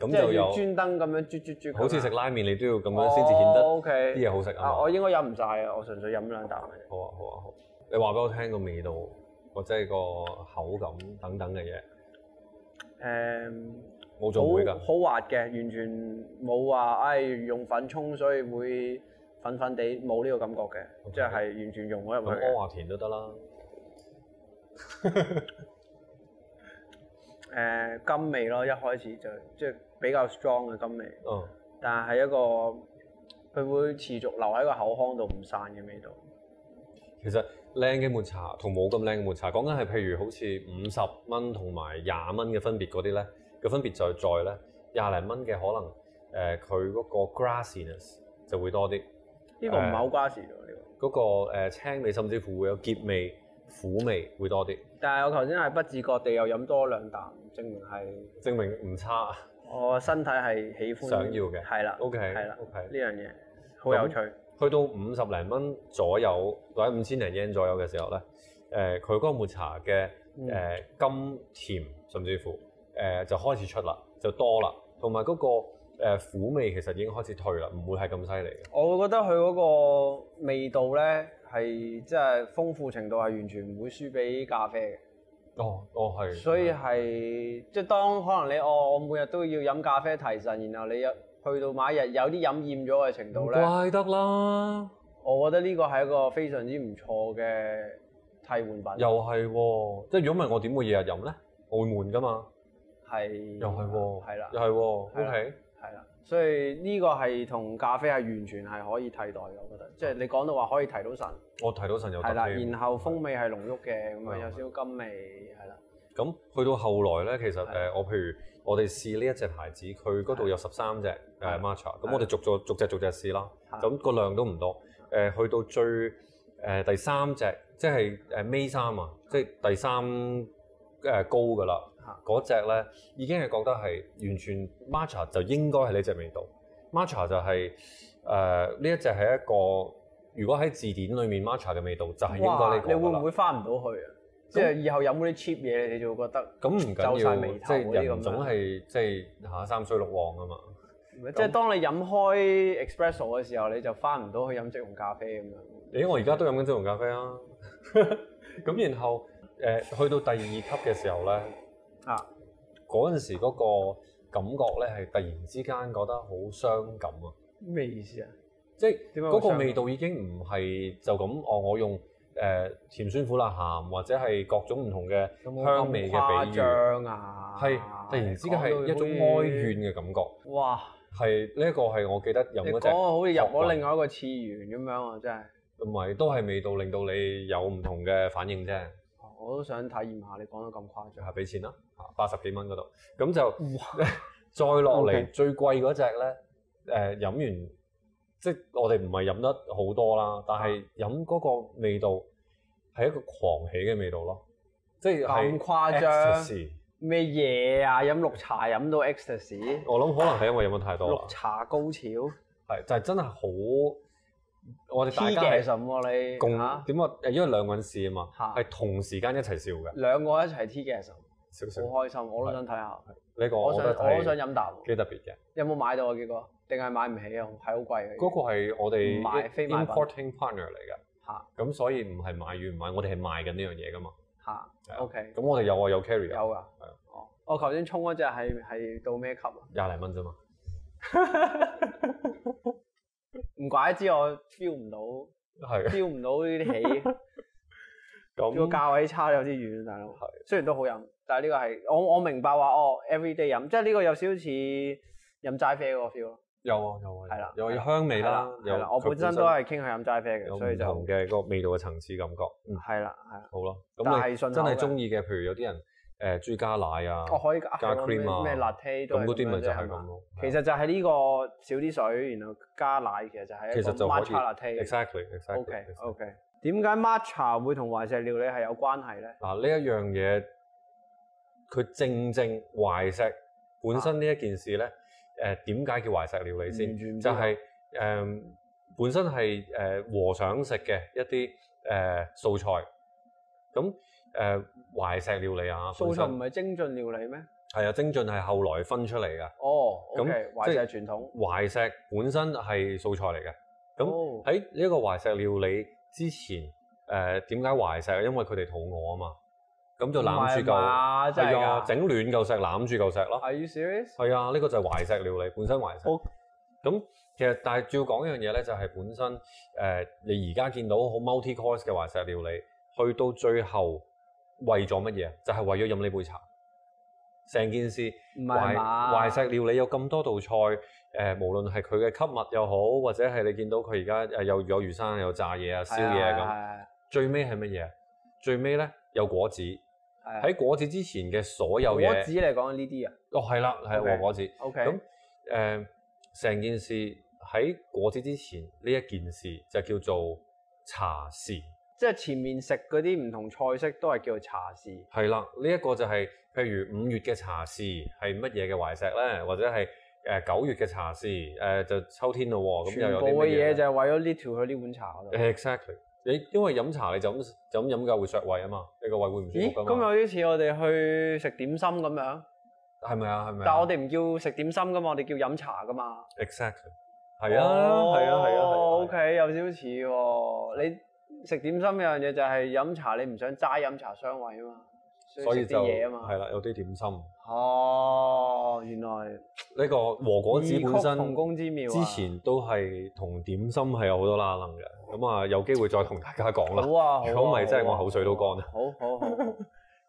[SPEAKER 2] 咁
[SPEAKER 3] 即
[SPEAKER 2] 就
[SPEAKER 3] 係要
[SPEAKER 2] 有
[SPEAKER 3] 專登咁樣啜啜啜咁樣，
[SPEAKER 2] 好似食拉麵你都要咁樣先至顯得
[SPEAKER 3] 哦，OK
[SPEAKER 2] 啲嘢好食啊
[SPEAKER 3] 啊！
[SPEAKER 2] 嘛
[SPEAKER 3] 我應該飲唔晒啊，我純粹飲兩啖嘅啫。
[SPEAKER 2] 好啊好啊好，你話俾我聽個味道，或者係個口感等等嘅嘢，
[SPEAKER 3] 誒，
[SPEAKER 2] 我仲會㗎
[SPEAKER 3] 好。好滑嘅，完全冇話唉用粉沖，所以會粉粉地冇呢個感覺嘅，即係完全融咗入去
[SPEAKER 2] 咁柯
[SPEAKER 3] 嘅。
[SPEAKER 2] 華田都得啦，
[SPEAKER 3] 誒甘味咯，一開始就即係比較 strong 嘅甘味，
[SPEAKER 2] 嗯，
[SPEAKER 3] 但係一個佢會持續留喺個口腔度唔散嘅味道。
[SPEAKER 2] 其實靚嘅抹茶同冇咁靚嘅抹茶，講緊係譬如好似五十蚊同埋廿蚊嘅分別嗰啲咧，個分別就在咧廿零蚊嘅可能誒佢嗰個 grassiness 就會多啲，
[SPEAKER 3] 呢個唔係好關事喎，呢個。
[SPEAKER 2] 嗰、個、呃、青味甚至乎會有澀味、苦味會多啲，
[SPEAKER 3] 但係我頭先係不自覺地又飲多兩啖，證明係
[SPEAKER 2] 證明唔差。
[SPEAKER 3] 我身體係喜歡
[SPEAKER 2] 想要嘅
[SPEAKER 3] 係啦
[SPEAKER 2] OK，
[SPEAKER 3] 係啦
[SPEAKER 2] OK
[SPEAKER 3] 呢樣嘢好有趣。
[SPEAKER 2] 去到五十零蚊左右，或者五千零 yen 左右嘅時候咧，誒佢嗰個抹茶嘅
[SPEAKER 3] 嗯
[SPEAKER 2] 誒、甘甜，甚至乎誒、就開始出啦，就多啦，同埋嗰個、呃、苦味其實已經開始退啦，唔會係咁犀利嘅。
[SPEAKER 3] 我會覺得佢嗰個味道咧係即係豐富程度係完全唔會輸俾咖啡
[SPEAKER 2] 哦，哦係。
[SPEAKER 3] 嘅，所以係即係當可能你哦，我每日都要飲咖啡提神，然後你有去到某一日有啲飲厭咗嘅程
[SPEAKER 2] 唔
[SPEAKER 3] 度咧，
[SPEAKER 2] 怪得啦，
[SPEAKER 3] 我覺得呢個係一個非常之唔錯嘅替換品，
[SPEAKER 2] 又係喎，即係如果唔係我點會日日飲咧？我會悶噶嘛，
[SPEAKER 3] 係
[SPEAKER 2] 又係喎，
[SPEAKER 3] 係啦
[SPEAKER 2] 又係喎
[SPEAKER 3] 係啦
[SPEAKER 2] ，OK，
[SPEAKER 3] 係啦，所以呢個係同咖啡係完全係可以替代嘅，我覺得，即係你講到話可以提到神。
[SPEAKER 2] 我提到神有
[SPEAKER 3] 係啦，
[SPEAKER 2] 特添
[SPEAKER 3] 然後風味係濃郁嘅，咁
[SPEAKER 2] 係
[SPEAKER 3] 啊
[SPEAKER 2] 啊
[SPEAKER 3] 有少少甘味，係啦，
[SPEAKER 2] 咁去到後來咧，其實誒、
[SPEAKER 3] 係
[SPEAKER 2] 呃我譬如我哋試呢一隻牌子，佢嗰度有十三隻誒
[SPEAKER 3] 係
[SPEAKER 2] matcha，
[SPEAKER 3] 係
[SPEAKER 2] 咁我哋逐個逐隻逐隻試啦。
[SPEAKER 3] 係
[SPEAKER 2] 咁個量都唔多，誒、去到最誒、呃第三隻，即係誒尾三啊，即係第三誒、呃高㗎啦。
[SPEAKER 3] 嚇
[SPEAKER 2] 嗰只咧已經係覺得係完全 matcha 就應該係呢只味道，matcha 就係誒呢一隻係一個，如果喺字典裡面 matcha 嘅味道就係啊應該呢個
[SPEAKER 3] 你會
[SPEAKER 2] 㗎
[SPEAKER 3] 唔
[SPEAKER 2] 啦
[SPEAKER 3] 會。翻唔到去啊？即係以後飲嗰啲 cheap 嘢，你就會覺得，
[SPEAKER 2] 咁唔緊
[SPEAKER 3] 皺
[SPEAKER 2] 要
[SPEAKER 3] 晒眉，頭
[SPEAKER 2] 即係
[SPEAKER 3] 嗰啲咁樣啊
[SPEAKER 2] 人總係即係嚇三衰六旺啊嘛。
[SPEAKER 3] 即係當你飲開 espresso 嘅時候，你就翻唔到去飲即溶咖啡咁樣。
[SPEAKER 2] 咦，我而家都飲緊即溶咖啡啊。 咁然後誒、去到第二級嘅時候咧，
[SPEAKER 3] 啊，
[SPEAKER 2] 嗰陣時嗰個感覺咧係突然之間覺得好傷感啊！
[SPEAKER 3] 咩意思啊？
[SPEAKER 2] 即係
[SPEAKER 3] 點解會
[SPEAKER 2] 嗰個
[SPEAKER 3] 傷
[SPEAKER 2] 味道已經唔係就咁哦，我用誒、甜酸苦辣鹹或者係各種唔同嘅香味嘅比喻，
[SPEAKER 3] 張啊，
[SPEAKER 2] 係突然之間係一種哀怨。嘅感覺。
[SPEAKER 3] 哇！
[SPEAKER 2] 係呢一個係我記得飲
[SPEAKER 3] 你
[SPEAKER 2] 嗰
[SPEAKER 3] 講
[SPEAKER 2] 隻
[SPEAKER 3] 到好似入
[SPEAKER 2] 學運
[SPEAKER 3] 咗另外一個次元咁樣啊！真係，
[SPEAKER 2] 唔係，都係味道令到你有唔同嘅反應啫。
[SPEAKER 3] 我都想體驗下你講到咁誇張。
[SPEAKER 2] 係俾錢啦，嚇八十幾蚊嗰度，咁就 再落嚟
[SPEAKER 3] OK
[SPEAKER 2] 最貴嗰只咧，誒、飲完即係我哋唔係飲得好多啦，但
[SPEAKER 3] 啊
[SPEAKER 2] 係飲嗰個味道係一個狂喜嘅味道咯，即係
[SPEAKER 3] 咁
[SPEAKER 2] 係
[SPEAKER 3] 誇張
[SPEAKER 2] ecstasy
[SPEAKER 3] 咩嘢啊？飲綠茶飲到 ecstasy？
[SPEAKER 2] 我諗可能係因為飲得太多啦
[SPEAKER 3] 綠，茶高潮，
[SPEAKER 2] 係就係、真係好，我哋大
[SPEAKER 3] 黐
[SPEAKER 2] 家
[SPEAKER 3] 嘅
[SPEAKER 2] 係
[SPEAKER 3] 什喎你
[SPEAKER 2] 共點
[SPEAKER 3] 嚇
[SPEAKER 2] 啊？因為兩個人試啊嘛，
[SPEAKER 3] 嚇
[SPEAKER 2] 係同時間一齊笑嘅，
[SPEAKER 3] 兩個一齊 T 嘅什，
[SPEAKER 2] 少少
[SPEAKER 3] 好開心，我都想睇下。
[SPEAKER 2] 呢個
[SPEAKER 3] 我
[SPEAKER 2] 我覺
[SPEAKER 3] 想
[SPEAKER 2] 得
[SPEAKER 3] 我都想
[SPEAKER 2] 係
[SPEAKER 3] 飲啖，
[SPEAKER 2] 幾特別嘅。
[SPEAKER 3] 有冇買到啊？結果定係買唔起啊？係好貴嘅。
[SPEAKER 2] 嗰個係我哋
[SPEAKER 3] 唔賣非賣品
[SPEAKER 2] importing partner 嚟㗎，
[SPEAKER 3] 嚇
[SPEAKER 2] 咁所以唔係買與唔買，我哋係賣緊呢樣嘢㗎嘛。
[SPEAKER 3] 嚇
[SPEAKER 2] 係啊
[SPEAKER 3] ，OK
[SPEAKER 2] 咁我哋有啊，有 carry
[SPEAKER 3] 有
[SPEAKER 2] 啊，
[SPEAKER 3] 㗎。哦，我頭先沖嗰隻係係到咩級 啊？
[SPEAKER 2] 廿零蚊啫嘛。
[SPEAKER 3] 唔怪之我 feel 唔到
[SPEAKER 2] 係
[SPEAKER 3] ，feel 唔到呢啲起，個
[SPEAKER 2] 咁
[SPEAKER 3] 價位差有啲遠，大佬
[SPEAKER 2] 係。
[SPEAKER 3] 雖然都好飲，但係呢個係我我明白話哦，every day 飲，即係呢個有少少似飲齋啡嗰個 feel 咯。
[SPEAKER 2] 有啊有啊，
[SPEAKER 3] 係啦
[SPEAKER 2] 有有香味
[SPEAKER 3] 係
[SPEAKER 2] 啦，有啊
[SPEAKER 3] 係啦，我
[SPEAKER 2] 佢
[SPEAKER 3] 本身都係傾向飲齋啡
[SPEAKER 2] 有
[SPEAKER 3] 嘅，所以
[SPEAKER 2] 唔
[SPEAKER 3] 就
[SPEAKER 2] 同嘅嗰個味道嘅層次感覺。嗯，
[SPEAKER 3] 係啦係啦。
[SPEAKER 2] 好咯。
[SPEAKER 3] 但
[SPEAKER 2] 咁
[SPEAKER 3] 係
[SPEAKER 2] 你
[SPEAKER 3] 順口
[SPEAKER 2] 真係
[SPEAKER 3] 嘅
[SPEAKER 2] 中意嘅，譬如有啲人誒豬加奶啊，
[SPEAKER 3] 我可以加
[SPEAKER 2] 加 cream 啊
[SPEAKER 3] 咩 latte 哦都
[SPEAKER 2] 咁
[SPEAKER 3] 係
[SPEAKER 2] 嗰啲咪就
[SPEAKER 3] 係
[SPEAKER 2] 係咁。咯。
[SPEAKER 3] 其實就係呢個少啲水，然後加奶，其實就係
[SPEAKER 2] 其
[SPEAKER 3] 一個
[SPEAKER 2] 實就可
[SPEAKER 3] matcha
[SPEAKER 2] 以
[SPEAKER 3] latte。
[SPEAKER 2] exactly exactly。
[SPEAKER 3] OK OK。點解
[SPEAKER 2] 啊
[SPEAKER 3] matcha 會同懷石料理係有關係咧？
[SPEAKER 2] 嗱呢一樣嘢，佢正正懷石本身呢一件事咧，誒點解叫懷石料理
[SPEAKER 3] 完全啊
[SPEAKER 2] 先？
[SPEAKER 3] 唔知啊
[SPEAKER 2] 就
[SPEAKER 3] 道
[SPEAKER 2] 係、誒本身係誒、和尚食嘅一啲誒、素菜，咁誒、呃懷石料理啊，
[SPEAKER 3] 素菜唔
[SPEAKER 2] 本身
[SPEAKER 3] 係精進料理咩？
[SPEAKER 2] 係啊，精進係後來分出嚟嘅。
[SPEAKER 3] 哦，
[SPEAKER 2] 咁
[SPEAKER 3] OK，懷
[SPEAKER 2] 即
[SPEAKER 3] 石
[SPEAKER 2] 係
[SPEAKER 3] 傳統。
[SPEAKER 2] 懷石本身係素菜嚟嘅，
[SPEAKER 3] 哦
[SPEAKER 2] 咁喺呢一個懷石料理之前，誒點解懷石？因為佢哋肚餓啊嘛，咁就攬住
[SPEAKER 3] 唔係嘛
[SPEAKER 2] 嚿，
[SPEAKER 3] 真係㗎
[SPEAKER 2] 係啊，整暖嚿石攬住嚿石咯，
[SPEAKER 3] Are you serious？
[SPEAKER 2] 係啊，呢個就係懷石料理本身懷石
[SPEAKER 3] 我。
[SPEAKER 2] 咁其實但係照講一樣嘢咧，就係本身誒、呃你而家見到好 multi course 嘅懷石料理，去到最後為咗乜嘢？就係、為咗飲呢杯茶，成件事。
[SPEAKER 3] 唔係
[SPEAKER 2] 懷
[SPEAKER 3] 嘛？
[SPEAKER 2] 懷石料理有咁多道菜，誒、無論係佢嘅吸物又好，或者係你見到佢而家誒有有魚生、有炸嘢啊、燒
[SPEAKER 3] 係啊
[SPEAKER 2] 嘢
[SPEAKER 3] 係
[SPEAKER 2] 啊咁，
[SPEAKER 3] 啊
[SPEAKER 2] 最尾係乜嘢？最尾咧有果子，
[SPEAKER 3] 係啊
[SPEAKER 2] 喺果子之前嘅所有
[SPEAKER 3] 係啊果
[SPEAKER 2] 嘢
[SPEAKER 3] 子，你講緊呢啲啊
[SPEAKER 2] 哦係啦，係
[SPEAKER 3] OK
[SPEAKER 2] 和果子。
[SPEAKER 3] ？OK。
[SPEAKER 2] 咁誒成件事喺果子之前呢一件事就叫做茶事。
[SPEAKER 3] 即係前面食嗰啲唔同菜式都係叫做茶事。
[SPEAKER 2] 係啦，呢、一個就係、譬如五月嘅茶事係乜嘢嘅懷石咧，或者係誒、呃九月嘅茶事誒、呃就秋天咯喎，咁又
[SPEAKER 3] 全
[SPEAKER 2] 有
[SPEAKER 3] 部
[SPEAKER 2] 啲乜
[SPEAKER 3] 嘅嘢
[SPEAKER 2] 嘢啊
[SPEAKER 3] 就
[SPEAKER 2] 呢
[SPEAKER 3] 係為咗呢條去呢碗茶嗰度。
[SPEAKER 2] exactly。你因為飲茶你就咁就咁飲嘅會削胃啊嘛，你個胃會唔舒
[SPEAKER 3] 咦，
[SPEAKER 2] 服
[SPEAKER 3] 咁
[SPEAKER 2] 㗎嘛，
[SPEAKER 3] 有啲似我哋去食點心咁樣，
[SPEAKER 2] 係咪啊？係咪啊？
[SPEAKER 3] 但係我哋唔叫食點心噶嘛，我哋叫飲茶噶嘛。
[SPEAKER 2] exactly 係啊係啊係啊
[SPEAKER 3] 哦
[SPEAKER 2] 係啊。
[SPEAKER 3] ，OK，有少少似喎。你食點心有樣嘢就係飲茶，你唔想齋飲茶傷胃啊嘛，
[SPEAKER 2] 所
[SPEAKER 3] 所以
[SPEAKER 2] 以
[SPEAKER 3] 食啲
[SPEAKER 2] 就
[SPEAKER 3] 嘢啊嘛。
[SPEAKER 2] 係啦，有啲點心呢、
[SPEAKER 3] 哦，原來
[SPEAKER 2] 個和果子本
[SPEAKER 3] 異曲同
[SPEAKER 2] 身
[SPEAKER 3] 工之妙啊
[SPEAKER 2] 之前都係同點心係有好多拉楞嘅，咁啊有機會再同大家講
[SPEAKER 3] 好
[SPEAKER 2] 啦。
[SPEAKER 3] 啊，好啊
[SPEAKER 2] 如果唔係真係
[SPEAKER 3] 好啊
[SPEAKER 2] 我口水都乾啊
[SPEAKER 3] 好好好，好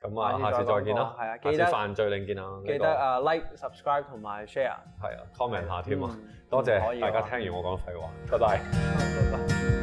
[SPEAKER 2] 咁啊，
[SPEAKER 3] 下
[SPEAKER 2] 下
[SPEAKER 3] 次
[SPEAKER 2] 次
[SPEAKER 3] 再
[SPEAKER 2] 再見啦
[SPEAKER 3] 講，係啊
[SPEAKER 2] 下
[SPEAKER 3] 記
[SPEAKER 2] 次
[SPEAKER 3] 得
[SPEAKER 2] 犯罪令見啊，呢
[SPEAKER 3] 記
[SPEAKER 2] 個
[SPEAKER 3] 得啊 like、subscribe 同埋 share。
[SPEAKER 2] 係啊，comment 下添啊
[SPEAKER 3] 嗯，
[SPEAKER 2] 多
[SPEAKER 3] 唔可以
[SPEAKER 2] 謝
[SPEAKER 3] 嘅
[SPEAKER 2] 大家
[SPEAKER 3] 話
[SPEAKER 2] 聽完我講廢話，拜拜。
[SPEAKER 3] 拜拜。